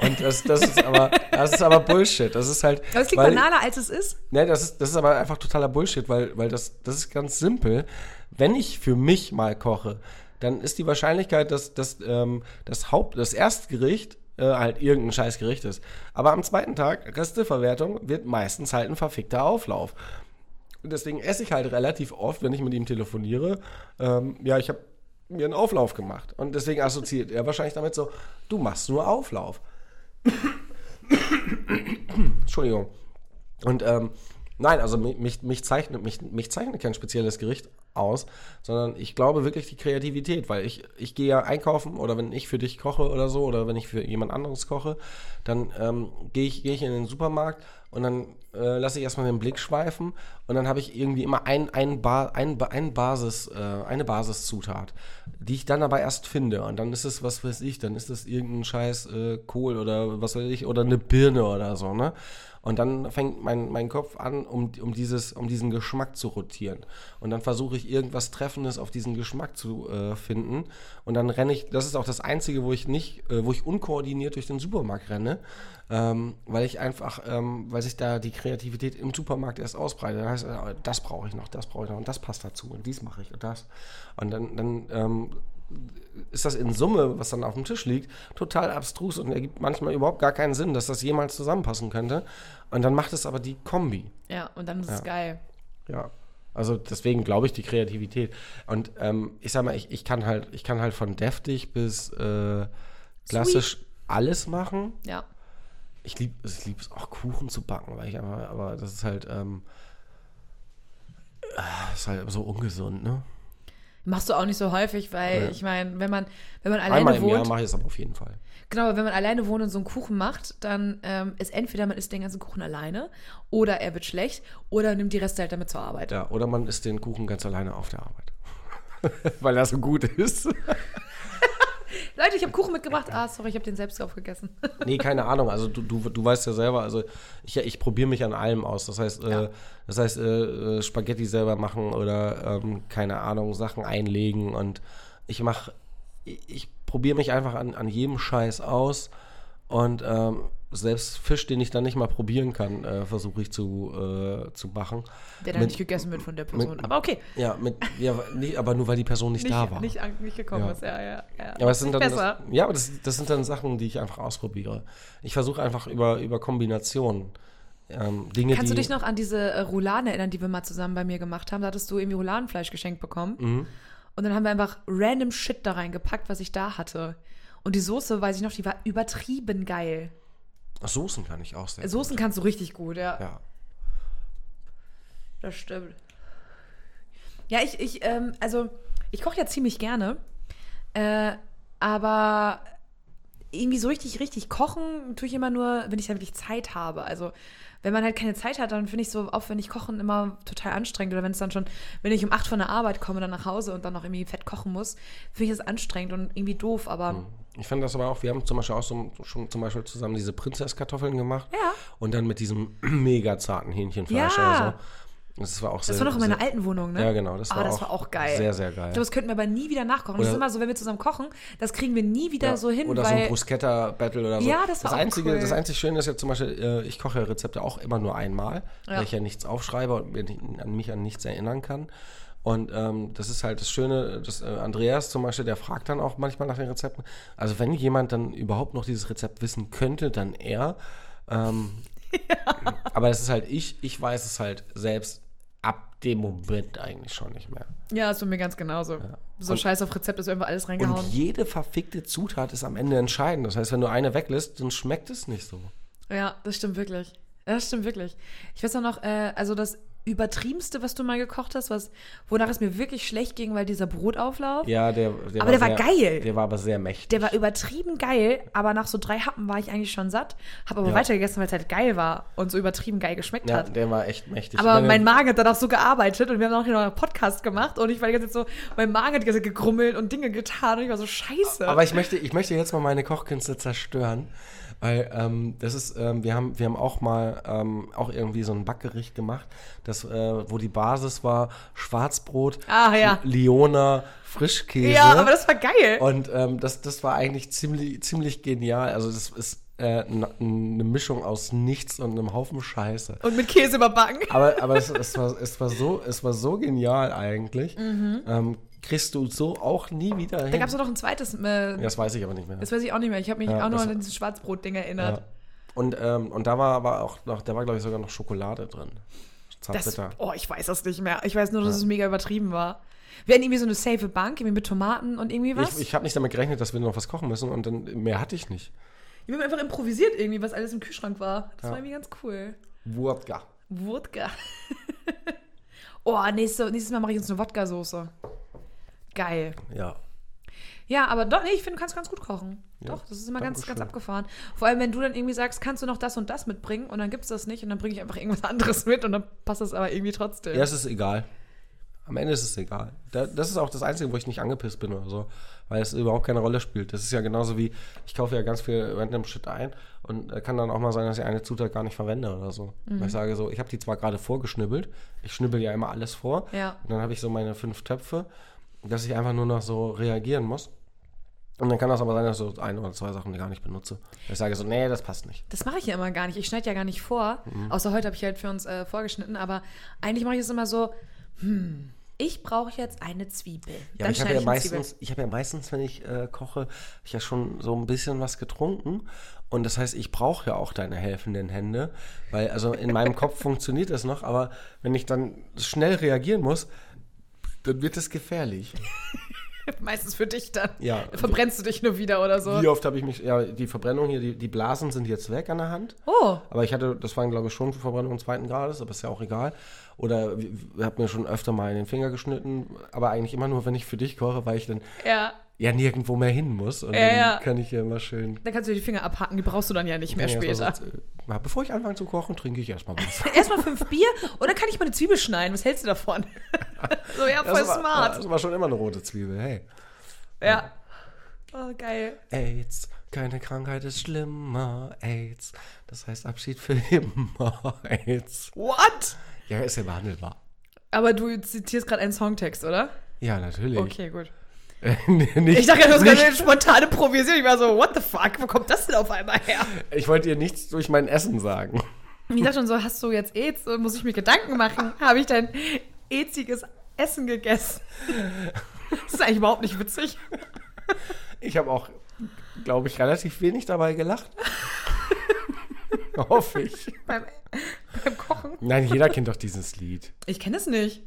Und das, das ist aber das ist aber Bullshit. Das ist halt. Aber es klingt weil- banaler, als es ist. Ne, das ist das ist aber einfach totaler Bullshit, weil weil das das ist ganz simpel. Wenn ich für mich mal koche, dann ist die Wahrscheinlichkeit, dass dass ähm, das Haupt das Erstgericht äh, halt irgendein Scheißgericht ist. Aber am zweiten Tag, Resteverwertung, wird meistens halt ein verfickter Auflauf. Und deswegen esse ich halt relativ oft, wenn ich mit ihm telefoniere. Ähm, ja, ich habe mir einen Auflauf gemacht. Und deswegen assoziiert er wahrscheinlich damit so, du machst nur Auflauf. [COUGHS] Entschuldigung. Und ähm, nein, also mi- mich, mich, zeichnet, mich, mich zeichnet kein spezielles Gericht aus, sondern ich glaube wirklich die Kreativität, weil ich, ich gehe ja einkaufen oder wenn ich für dich koche oder so oder wenn ich für jemand anderes koche, dann ähm, gehe ich, gehe ich in den Supermarkt und dann äh, lasse ich erstmal den Blick schweifen und dann habe ich irgendwie immer ein, ein, ba ein, Ba- ein Basis, äh, eine Basiszutat, die ich dann aber erst finde. Und dann ist es, was weiß ich, dann ist es irgendein scheiß äh, Kohl oder was weiß ich, oder eine Birne oder so, ne? Und dann fängt mein, mein Kopf an, um, um, dieses, um diesen Geschmack zu rotieren. Und dann versuche ich irgendwas Treffendes auf diesen Geschmack zu äh, finden. Und dann renne ich, das ist auch das Einzige, wo ich nicht, äh, wo ich unkoordiniert durch den Supermarkt renne, ähm, weil ich einfach, ähm, weil sich da die Kreativität im Supermarkt erst ausbreitet. Dann heißt, äh, das brauche ich noch, das brauche ich noch und das passt dazu und dies mache ich und das. Und dann, dann ähm, ist das in Summe, was dann auf dem Tisch liegt, total abstrus und ergibt manchmal überhaupt gar keinen Sinn, dass das jemals zusammenpassen könnte. Und dann macht es aber die Kombi. Ja, und dann ist es geil. Ja. Also deswegen glaube ich die Kreativität. Und ähm, ich sag mal, ich, ich kann halt, ich kann halt von deftig bis äh, klassisch alles machen. Ja. Ich liebe ich lieb's auch Kuchen zu backen, weil ich einfach, aber das ist halt, ähm, äh, ist halt so ungesund, ne? Machst du auch nicht so häufig, weil Ja. ich meine, wenn man, wenn man Einmal alleine im Jahr wohnt, mache ich es aber auf jeden Fall. genau, aber wenn man alleine wohnt und so einen Kuchen macht, dann ähm, ist entweder man isst den ganzen Kuchen alleine oder er wird schlecht oder nimmt die Reste halt damit zur Arbeit. Ja, oder man isst den Kuchen ganz alleine auf der Arbeit. [LAUGHS] weil er so gut ist. Leute, ich habe Kuchen mitgebracht. Ah, sorry, ich habe den selbst aufgegessen. Nee, keine Ahnung. Also du, du, du weißt ja selber, also ich, ich probiere mich an allem aus. Das heißt, äh, das heißt äh, äh, Spaghetti selber machen oder ähm, keine Ahnung, Sachen einlegen und ich mache, ich, ich probiere mich einfach an, an jedem Scheiß aus und ähm, selbst Fisch, den ich dann nicht mal probieren kann, äh, versuche ich zu, äh, zu machen. [LAUGHS] Der dann Mit- nicht gegessen wird von der Person. aber okay. Ja, mit, ja, nee, aber nur weil die Person nicht, Nicht, da war. nicht, an- nicht gekommen Ja. ist, ja, ja. ja. Ja, aber, das sind dann, das, besser. ja, aber das, das sind dann Sachen, die ich einfach ausprobiere. Ich versuche einfach über, über Kombinationen ähm, Dinge, Kannst die... du dich noch an diese äh, Rouladen erinnern, die wir mal zusammen bei mir gemacht haben? Da hattest du irgendwie Rouladenfleisch geschenkt bekommen. Mhm. Und dann haben wir einfach random Shit da reingepackt, was ich da hatte. Und die Soße, weiß ich noch, die war übertrieben geil. Ach, Soßen kann ich auch sehr Soßen kannst du richtig gut, ja. gut. Ja. Das stimmt. Ja, ich, ich, ähm, also, ich koche ja ziemlich gerne. Äh, aber irgendwie so richtig, richtig kochen tue ich immer nur, wenn ich da wirklich Zeit habe. Also, wenn man halt keine Zeit hat, dann finde ich so aufwendig kochen immer total anstrengend. Oder wenn es dann schon, wenn ich um acht von der Arbeit komme, dann nach Hause und dann noch irgendwie fett kochen muss, finde ich das anstrengend und irgendwie doof. Aber Ich fand das aber auch, wir haben zum Beispiel auch so, schon zum Beispiel zusammen diese Prinzesskartoffeln gemacht Ja. und dann mit diesem [CLEARS THROAT] mega zarten Hähnchenfleisch Ja. oder so. Das war auch sehr... das war noch in meiner sehr, alten Wohnung, ne? Ja, genau, das Ah, war das auch war auch geil. sehr, sehr geil. Ich glaube, das könnten wir aber nie wieder nachkochen. das ist Oder- immer so, wenn wir zusammen kochen, das kriegen wir nie wieder Ja, so hin, Oder so ein weil Bruschetta-Battle oder so. Ja, das war auch Einzige, cool. Das einzig Schöne ist ja zum Beispiel, äh, ich koche ja Rezepte auch immer nur einmal, Ja. weil ich ja nichts aufschreibe und mir, nicht- an mich an nichts erinnern kann. Und ähm, das ist halt das Schöne, dass äh, Andreas zum Beispiel, der fragt dann auch manchmal nach den Rezepten. Also wenn jemand dann überhaupt noch dieses Rezept wissen könnte, dann er. [LAUGHS] Ähm, Aber das ist halt ich, ich weiß es halt selbst ab dem Moment eigentlich schon nicht mehr. Ja, ist bei mir ganz genauso. So scheiß auf Rezept ist einfach alles Und reingehauen. jede verfickte Zutat ist am Ende entscheidend. Das heißt, wenn du eine weglässt, dann schmeckt es nicht so. Ja, das stimmt wirklich. Das stimmt wirklich. Ich weiß auch noch, äh, also das übertriebenste, was du mal gekocht hast, was, wonach es mir wirklich schlecht ging, weil dieser Brotauflauf, Ja, der, Aber der war geil. Der war aber sehr mächtig. der war übertrieben geil, aber nach so drei Happen war ich eigentlich schon satt, habe aber Ja. weitergegessen, weil es halt geil war und so übertrieben geil geschmeckt ja, hat. der war echt mächtig. Aber Ich meine, mein Magen hat danach so gearbeitet und wir haben auch hier noch einen Podcast gemacht und ich war die ganze Zeit so, mein Magen hat die ganze Zeit gegrummelt und Dinge getan und ich war so scheiße. Aber ich möchte, ich möchte jetzt mal meine Kochkünste zerstören, weil ähm, das ist, ähm, wir haben, wir haben auch mal ähm, auch irgendwie so ein Backgericht gemacht, das, äh, wo die Basis war Schwarzbrot, Ah, ja. Liona, Frischkäse. ja, aber das war geil. Und ähm, das, das war eigentlich ziemlich, ziemlich genial. Also das ist äh, na- eine Mischung aus nichts und einem Haufen Scheiße. Und mit Käse überbacken. Aber, aber es, es, war, es, war so, es war so genial eigentlich. Ähm, kriegst du so auch nie wieder hin. Mhm. Da gab es noch ein zweites, äh, das weiß ich aber nicht mehr. das weiß ich auch nicht mehr. Ich habe mich Ja, auch nur das- an dieses Schwarzbrot-Ding erinnert. Ja. Und, ähm, und da war aber auch noch, da war glaube ich sogar noch Schokolade drin. Das, Zartbitter. oh, ich weiß das nicht mehr. Ich weiß nur, dass es mega übertrieben war. Wir hatten irgendwie so eine safe Bank, irgendwie mit Tomaten und irgendwie was. Ich, ich habe nicht damit gerechnet, dass wir noch was kochen müssen und dann mehr hatte ich nicht. wir haben einfach improvisiert irgendwie, was alles im Kühlschrank war. Das Ja. war irgendwie ganz cool. Wodka. Wodka. [LAUGHS] oh, nächste, nächstes Mal mache ich uns eine Wodka-Soße. Geil. Ja. Ja, aber doch, nee, ich finde, du kannst ganz gut kochen. Doch, das ist immer ganz, ganz Dankeschön. abgefahren. Vor allem, wenn du dann irgendwie sagst, kannst du noch das und das mitbringen und dann gibt's das nicht und dann bringe ich einfach irgendwas [LAUGHS] anderes mit und dann passt das aber irgendwie trotzdem. Ja, es ist egal. Am Ende ist es egal. Da, das ist auch das Einzige, wo ich nicht angepisst bin oder so, weil es überhaupt keine Rolle spielt. Das ist ja genauso wie, ich kaufe ja ganz viel random Shit ein und äh, kann dann auch mal sein, dass ich eine Zutat gar nicht verwende oder so. Weil ich sage so, ich habe die zwar gerade vorgeschnibbelt, ich schnibbel ja immer alles vor Ja. und dann habe ich so meine fünf Töpfe, dass ich einfach nur noch so reagieren muss. Und dann kann das aber sein, dass ich so ein oder zwei Sachen gar nicht benutze. Ich sage so, nee, das passt nicht. Das mache ich ja immer gar nicht. Ich schneide ja gar nicht vor. Mhm. Außer heute habe ich halt für uns äh, vorgeschnitten, aber eigentlich mache ich es immer so, hm, ich brauche jetzt eine Zwiebel. Ja, aber ich habe ja eine Zwiebel. meistens, ich habe ja meistens, wenn ich äh, koche, hab ich ja schon so ein bisschen was getrunken und das heißt, ich brauche ja auch deine helfenden Hände, weil also in meinem Kopf funktioniert das noch, aber wenn ich dann schnell reagieren muss, dann wird es gefährlich. [LAUGHS] Meistens für dich dann. Ja. Verbrennst du dich nur wieder oder so. Wie oft habe ich mich, ja, die Verbrennung hier, die, die Blasen sind jetzt weg an der Hand. Oh. Aber ich hatte, das waren glaube ich schon Verbrennungen zweiten Grades, aber ist ja auch egal. Oder habe mir schon öfter mal in den Finger geschnitten, aber eigentlich immer nur, wenn ich für dich koche, weil ich dann Ja. ja nirgendwo mehr hin muss. Und Ja, dann ja. kann ich ja immer schön. Dann kannst du dir die Finger abhacken, die brauchst du dann ja nicht mehr Erstmal später. so- äh, bevor ich anfange zu kochen, trinke ich erstmal was. Erstmal fünf Bier oder kann ich mal eine Zwiebel schneiden? Was hältst du davon? [LAUGHS] so, ja, voll war, smart. Das war schon immer eine rote Zwiebel, hey. Ja. Oh, geil. AIDS, keine Krankheit ist schlimmer. AIDS, das heißt Abschied für immer. [LAUGHS] AIDS. What? Ja, ist ja behandelbar. Aber du zitierst gerade einen Songtext, oder? Ja, natürlich. Okay, gut. [LAUGHS] nicht, Ich dachte, das ist gerade eine nicht, spontane Provision. Ich war so, what the fuck? Wo kommt das denn auf einmal her? ich wollte ihr nichts durch mein Essen sagen. Und ich dachte schon so, hast du jetzt AIDS? Und Muss ich mir Gedanken machen? Habe ich dein ätziges Essen gegessen? Das ist eigentlich überhaupt nicht witzig. Ich habe auch, glaube ich, relativ wenig dabei [LAUGHS] gelacht. Hoffe ich. Beim, beim Kochen. Nein, jeder kennt doch dieses Lied. Ich kenne es nicht.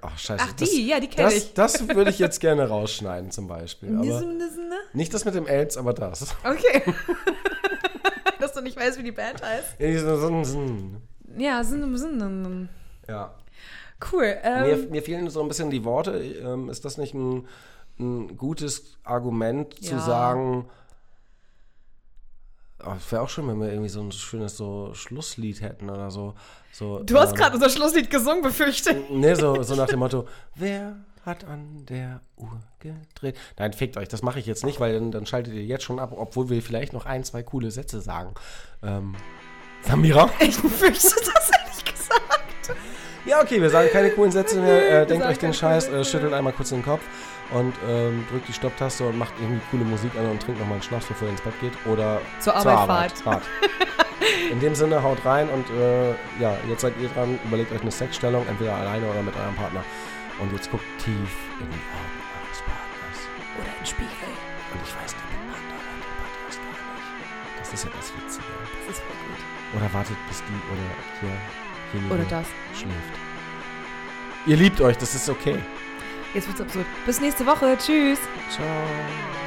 Ach, scheiße. Ach, die, ja, die kenn das, ich. Das würde ich [LAUGHS] jetzt gerne rausschneiden, zum Beispiel. Aber Nissen, nissen, ne? nicht das mit dem AIDS, aber das. [LAUGHS] Okay. [LAUGHS] Dass du nicht weißt, wie die Band heißt. Ähm. Ja, sind, sind, sind. Ja. Cool. Mir, Ähm, mir fehlen so ein bisschen die Worte. Ähm, Ist das nicht ein, ein gutes Argument zu Ja. sagen? Oh, Es wäre auch schön, wenn wir irgendwie so ein schönes so Schlusslied hätten oder so. so du hast ähm, gerade unser Schlusslied [LAUGHS] gesungen, befürchte. Nee, Ne, so, so nach dem Motto, wer hat an der Uhr gedreht? Nein, fickt euch, das mache ich jetzt nicht, weil dann, dann schaltet ihr jetzt schon ab, obwohl wir vielleicht noch ein, zwei coole Sätze sagen. Ähm, Samira? Ich [LAUGHS] befürchte das ehrlich gesagt. Ja, okay, wir sagen keine coolen Sätze mehr. Äh, Wir denkt sagen euch den keine Scheiß, coolen äh, Sätze schüttelt einmal kurz den Kopf und ähm, drückt die Stopptaste und macht irgendwie coole Musik an und trinkt nochmal einen Schnaps, bevor ihr ins Bett geht. Oder Zur Arbeit [LAUGHS] Fahrt. In dem Sinne, haut rein und äh, ja, jetzt seid ihr dran, überlegt euch eine Sexstellung, entweder alleine oder mit eurem Partner. Und jetzt guckt tief in die Augen eures Partners. Oder ein Spiegel. Und ich weiß, der Partner hört den Podcast gar nicht. Das ist ja das Witzige. Das ist voll gut. Oder wartet, bis die oder derjenige Oder das. schläft. Ihr liebt euch, das ist okay. Jetzt wird's absurd. Bis nächste Woche. Tschüss. Ciao.